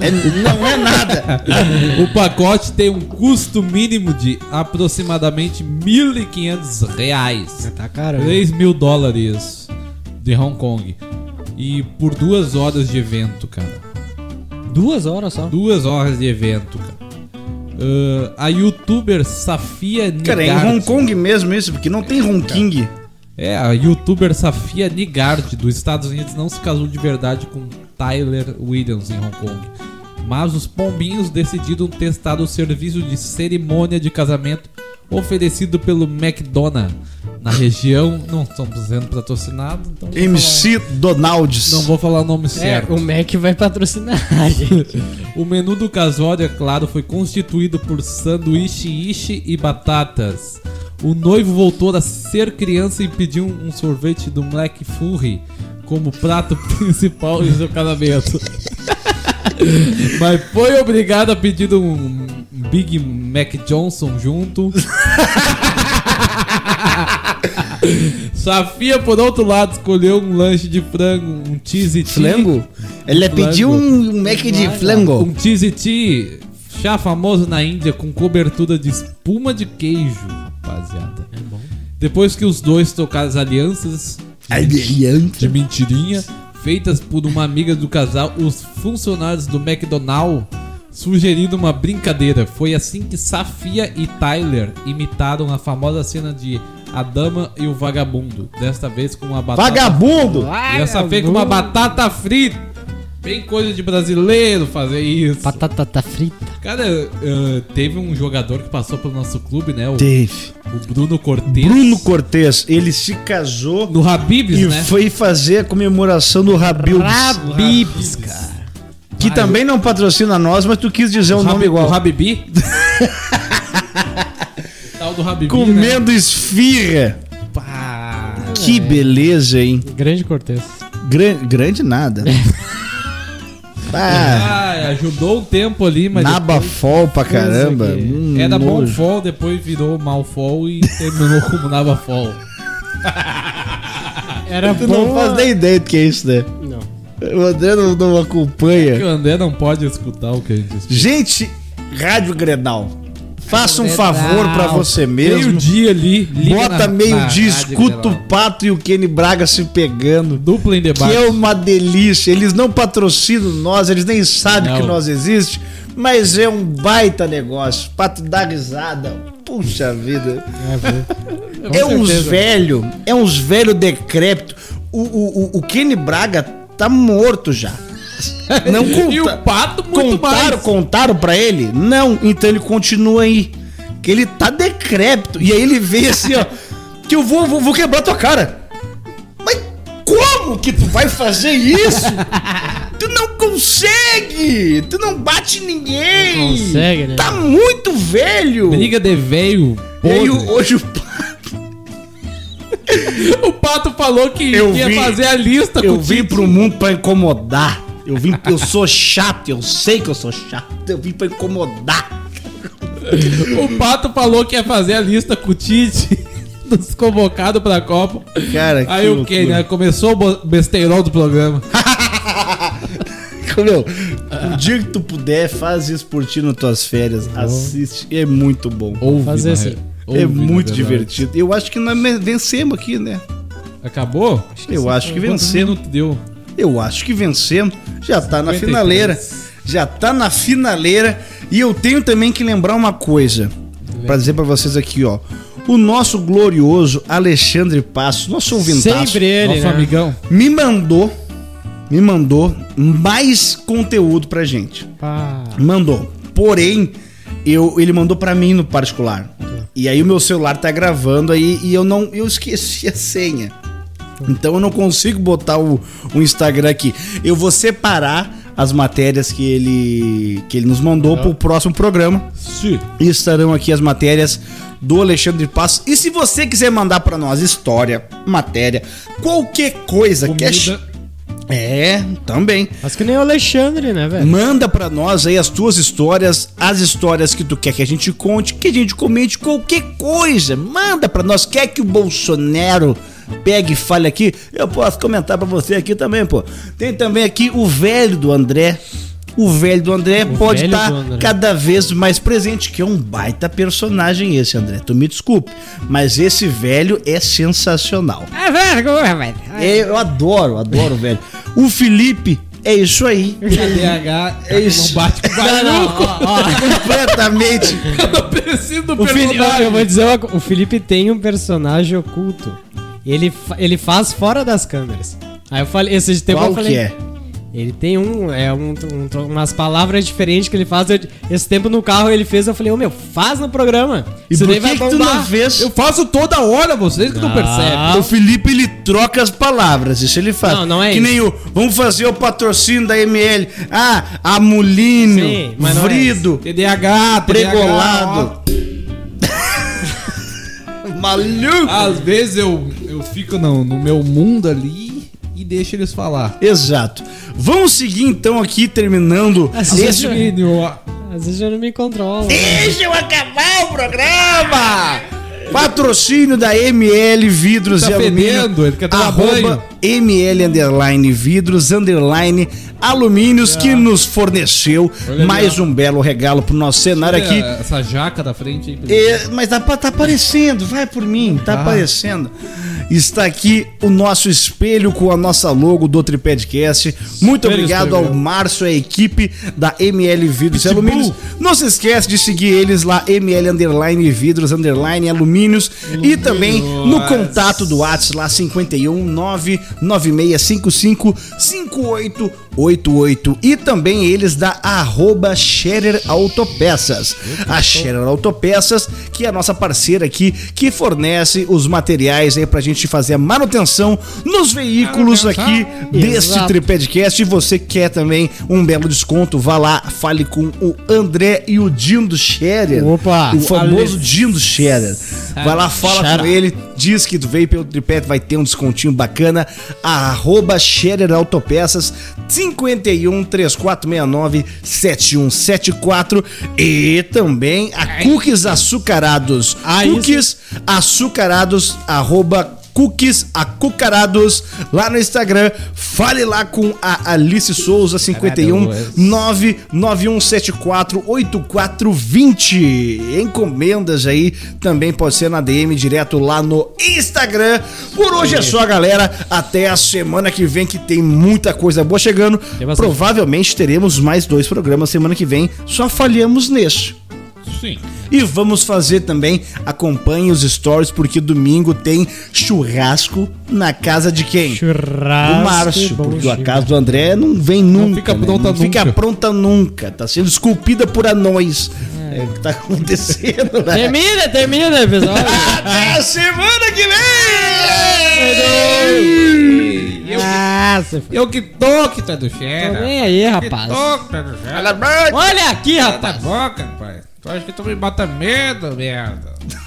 A: É- não é nada.
C: *laughs* O pacote tem um custo mínimo de aproximadamente 1.500 reais.
B: Tá caro.
C: 3 mil dólares de Hong Kong. E por duas horas de evento, cara.
B: Duas horas só.
C: Duas horas de evento, cara. Ah, a youtuber Safia Nigarte.
A: Cara, é em Hong Kong mesmo isso, porque não tem Hong Kong.
C: É, a youtuber Safia Nigarte dos Estados Unidos não se casou de verdade com Tyler Williams em Hong Kong. Mas os pombinhos decidiram testar o serviço de cerimônia de casamento oferecido pelo McDonald's na região. Não estamos sendo patrocinados, então. não vou
A: MC Donalds.
C: falar- Não vou falar o nome
B: É,
C: certo.
B: o Mac vai patrocinar, gente.
C: O menu do casório, é claro, foi constituído por sanduíche ishi e batatas. O noivo voltou a ser criança e pediu um sorvete do Black Fury como prato *laughs* principal em seu *laughs* casamento. Mas foi obrigado a pedir um Big Mac Johnson junto. *laughs* Safia, por outro lado, escolheu um lanche de frango, um cheesy cheese
A: Flango? Ele pediu um Mac de
C: um
A: flango.
C: cheese tea, chá famoso na Índia com cobertura de espuma de queijo, rapaziada. Depois que os dois trocaram as alianças de mentirinha feitas por uma amiga do casal, os funcionários do McDonald's sugeriram uma brincadeira. Foi assim que Safia e Tyler imitaram a famosa cena de A Dama e o Vagabundo, desta vez com uma batata
A: Vagabundo!
C: Dessa vez com
A: Uhum.
C: uma batata frita. Bem coisa de brasileiro fazer isso.
B: Batata tá frita.
C: Cara, eh, teve um jogador que passou pelo nosso clube, né? O,
A: Teve.
C: o Bruno Cortez.
A: Bruno Cortez, ele se casou
C: No Habibs,
B: É.
A: e
C: né?
A: foi fazer a comemoração do Rabildes.
B: Rabibs, cara.
A: Que também não patrocina nós, mas tu quis dizer um nome
C: Habi-
A: igual. *laughs*
C: O Habibi. O Tal do Habibi,
A: Comendo esfirra.
C: né? Pá.
A: Que beleza, hein?
B: Grande Cortez.
A: Gran- grande nada.
C: *laughs*
A: Ah,
C: Ah, ajudou um tempo ali, mas...
A: Nabafol pra caramba.
B: Isso aqui.
A: Hum,
C: Era É bom
A: nojo.
C: fall, depois virou mal fall e terminou como Nabafol.
B: Era
A: Tu
B: bom.
A: não faz nem ideia do que é isso, né?
B: Não.
A: O André não, não
C: Que
A: acompanha.
C: o André não pode escutar o que a gente escuta.
A: Gente, Rádio Grenal, faça um favor pra você mesmo.
C: Meio-dia ali, liga
A: Bota
C: na- na
A: meio-dia,
C: rádio,
A: escuta
C: galera.
A: o Pato e o Kenny Braga se pegando.
C: Dupla em debate.
A: Que é uma delícia. Eles não patrocinam nós, eles nem sabem
C: Não.
A: que nós existe, mas é um baita negócio. Pato dá risada. Puxa vida. *laughs* É, uns velho, é uns velho decrépito. O, o, o, o Kenny Braga tá morto
C: *laughs*
A: já. Não
C: E o
A: conta.
C: pato muito
A: Contaram,
C: mais.
A: contaram pra ele? Não, então ele continua aí. que ele tá decrépito. E aí ele vem assim,
C: *laughs*
A: ó, que eu vou, vou, vou quebrar tua cara. Mas como que tu vai fazer
C: *laughs*
A: isso? Tu não consegue! Tu não bate ninguém!
B: Não consegue, né?
A: Tá muito velho!
C: Briga de veio.
A: E aí, o-
C: podre.
A: hoje o pai-
C: *laughs* O Pato falou que
A: Eu
C: ia
A: vi-
C: fazer a lista
A: eu
C: contigo.
A: vim pro mundo pra incomodar. Eu vim, eu sou chato, eu sei que eu sou chato. Eu vim pra incomodar.
C: O Pato falou que ia fazer a lista com o Tite *laughs* dos convocados pra Copa.
A: Cara, que
C: Aí o
A: loucura.
C: que, né? Começou o bo- besteirol do
A: *laughs*
C: programa.
A: Meu, o dia que tu puder, faz isso por ti nas tuas férias. Assiste, é muito bom.
C: Ouve,
B: Fazer
C: na
B: assim.
C: real.
A: é
C: Ouve, na
A: muito
C: verdade.
A: divertido. Eu acho que nós me- vencemos aqui, né?
C: Acabou?
A: Eu acho que
C: Quantos
A: vencemos.
C: minutos deu?
A: Eu acho que vencemos. Já tá na
C: 53.
A: finaleira. Já tá na finaleira. E eu tenho também que lembrar uma coisa. Pra dizer pra vocês aqui, ó. O nosso glorioso Alexandre Passos, nosso ouvintaço,
B: Sempre ele,
C: Nosso
B: né?
C: amigão.
A: me mandou, me mandou mais conteúdo pra gente.
B: Pá.
A: Mandou. Porém, eu, ele mandou pra mim no particular. E aí o meu celular tá gravando aí e eu não eu esqueci a senha. Então eu não consigo botar o, o Instagram aqui. Eu vou separar as matérias que ele que ele nos mandou pro próximo programa.
C: Sim.
A: E estarão aqui as matérias do Alexandre Passos. E se você quiser mandar pra nós história, matéria, qualquer coisa que
C: Comida.
A: é, também.
B: Mas que nem o Alexandre, né, velho?
A: Manda pra nós aí as tuas histórias, as histórias que tu quer que a gente conte, que a gente comente qualquer coisa. Manda pra nós. Quer que o Bolsonaro pegue e fale aqui? Eu posso comentar pra você aqui também, pô. Tem também aqui o velho do André. O velho do André pode
B: velho
A: estar
B: do André.
A: cada vez mais presente, que é um baita personagem esse, André. Tu me desculpe, mas esse velho é sensacional.
B: É vergonha, velho.
A: É, Eu adoro, adoro, o velho. O Felipe é isso aí.
C: KDH
A: É isso.
C: Não bate com barulho.
A: *laughs* completamente.
C: Eu preciso do
B: O Felipe,
C: personagem.
B: eu vou dizer uma co- o Felipe tem um personagem oculto. Ele, fa- ele faz fora das câmeras. Aí eu falei, esse tempo
A: Qual
B: eu falei.
A: que é?
B: Ele tem um, é um, um tro- umas palavras diferentes que ele faz. Eu- esse tempo no carro ele fez, eu falei, ô meu, faz no programa.
A: E
B: Isso
A: por
B: daí
A: que, que tu não fez?
C: Eu faço toda hora, vocês que não
B: Ah.
C: percebem.
A: O Felipe, ele troca as palavras, isso ele faz.
B: Não, não é
A: Que
B: isso.
A: nem o, vamos fazer o patrocínio da ML. Ah, amulínio,
B: Sim, mas não é
A: vrido,
C: TDAH,
A: pregolado. *laughs* Maluco.
C: Às vezes eu, eu fico no, no meu mundo ali e deixo eles falar.
A: Exato. Vamos seguir então aqui, terminando
B: Às vezes
A: esse...
B: eu- Às vezes eu não me controlo.
A: Deixa eu acabar o programa! Patrocínio da ML Vidros
C: Tá
A: e Alumínio.
C: fedendo, ele quer tomar banho.
A: arroba ML Underline Vidros Underline Alumínios que nos forneceu
C: Ah. Olha
A: mais um belo regalo pro nosso cenário
C: Olha
A: aqui.
C: Essa jaca da frente aí. Pedro.
A: É, mas tá, pa- tá aparecendo, vai por mim,
C: Ah.
A: tá aparecendo. Está aqui o nosso espelho com a nossa logo do Tripadcast. Muito
C: Espelho
A: obrigado ao
C: espelho.
A: Márcio e a equipe da ML Vidros e
C: Pitbull.
A: Alumínios. Não se esquece de seguir eles lá, ML Underline Vidros Underline Alumínios. E também no contato do WhatsApp lá, 51 99655 5888. E também eles da arroba Scherer Autopeças. A Scherer Autopeças, que é a nossa parceira aqui, que fornece os materiais aí pra gente fazer a manutenção nos veículos aqui deste
B: Exato.
A: Tripedcast. E você quer também um belo desconto, vá lá, fale com o André e o Dino do Scherer.
B: Opa!
A: O famoso Dino do Scherer. Vai lá, fala com ele, diz que tu veio pelo Triped, vai ter um descontinho bacana. Arroba Scherer Autopeças 51 3469 7174 e também a Cookies Açucarados.
B: Ah, isso.
A: cookies açucarados, arroba cookies açucarados lá no Instagram. Fale lá com a Alice Souza, 51
B: é
A: 99174 8420. Encomendas aí também pode ser na DM direto lá no Instagram. Por hoje é só, galera. Até a semana que vem que tem muita coisa boa chegando.
B: bastante.
A: Provavelmente teremos mais dois programas semana que vem. Só falhamos neste.
C: Sim.
A: E vamos fazer também, acompanhe os stories, porque domingo tem churrasco na casa de quem?
B: Churrasco.
A: Do Márcio,
B: Ah, bom
A: porque a
B: dia.
A: casa do André não vem nunca.
C: fica
A: né?
C: pronta
A: Não fica
C: nunca.
A: pronta nunca. Tá sendo esculpida por anões. É o que tá acontecendo, né?
B: Termina, termina o
A: *laughs*
B: episódio.
A: Até a semana que vem!
C: Eu,
B: ah, você foi.
C: eu que tô que tá do
B: Tô
C: cheiro.
B: nem aí,
C: Que
B: rapaz.
C: tô que tá do cheiro.
A: Cala a boca! tá
B: Olha aqui,
C: Cala a
B: rapaz.
C: boca, pai. Tu acha que tu me bota medo, merda?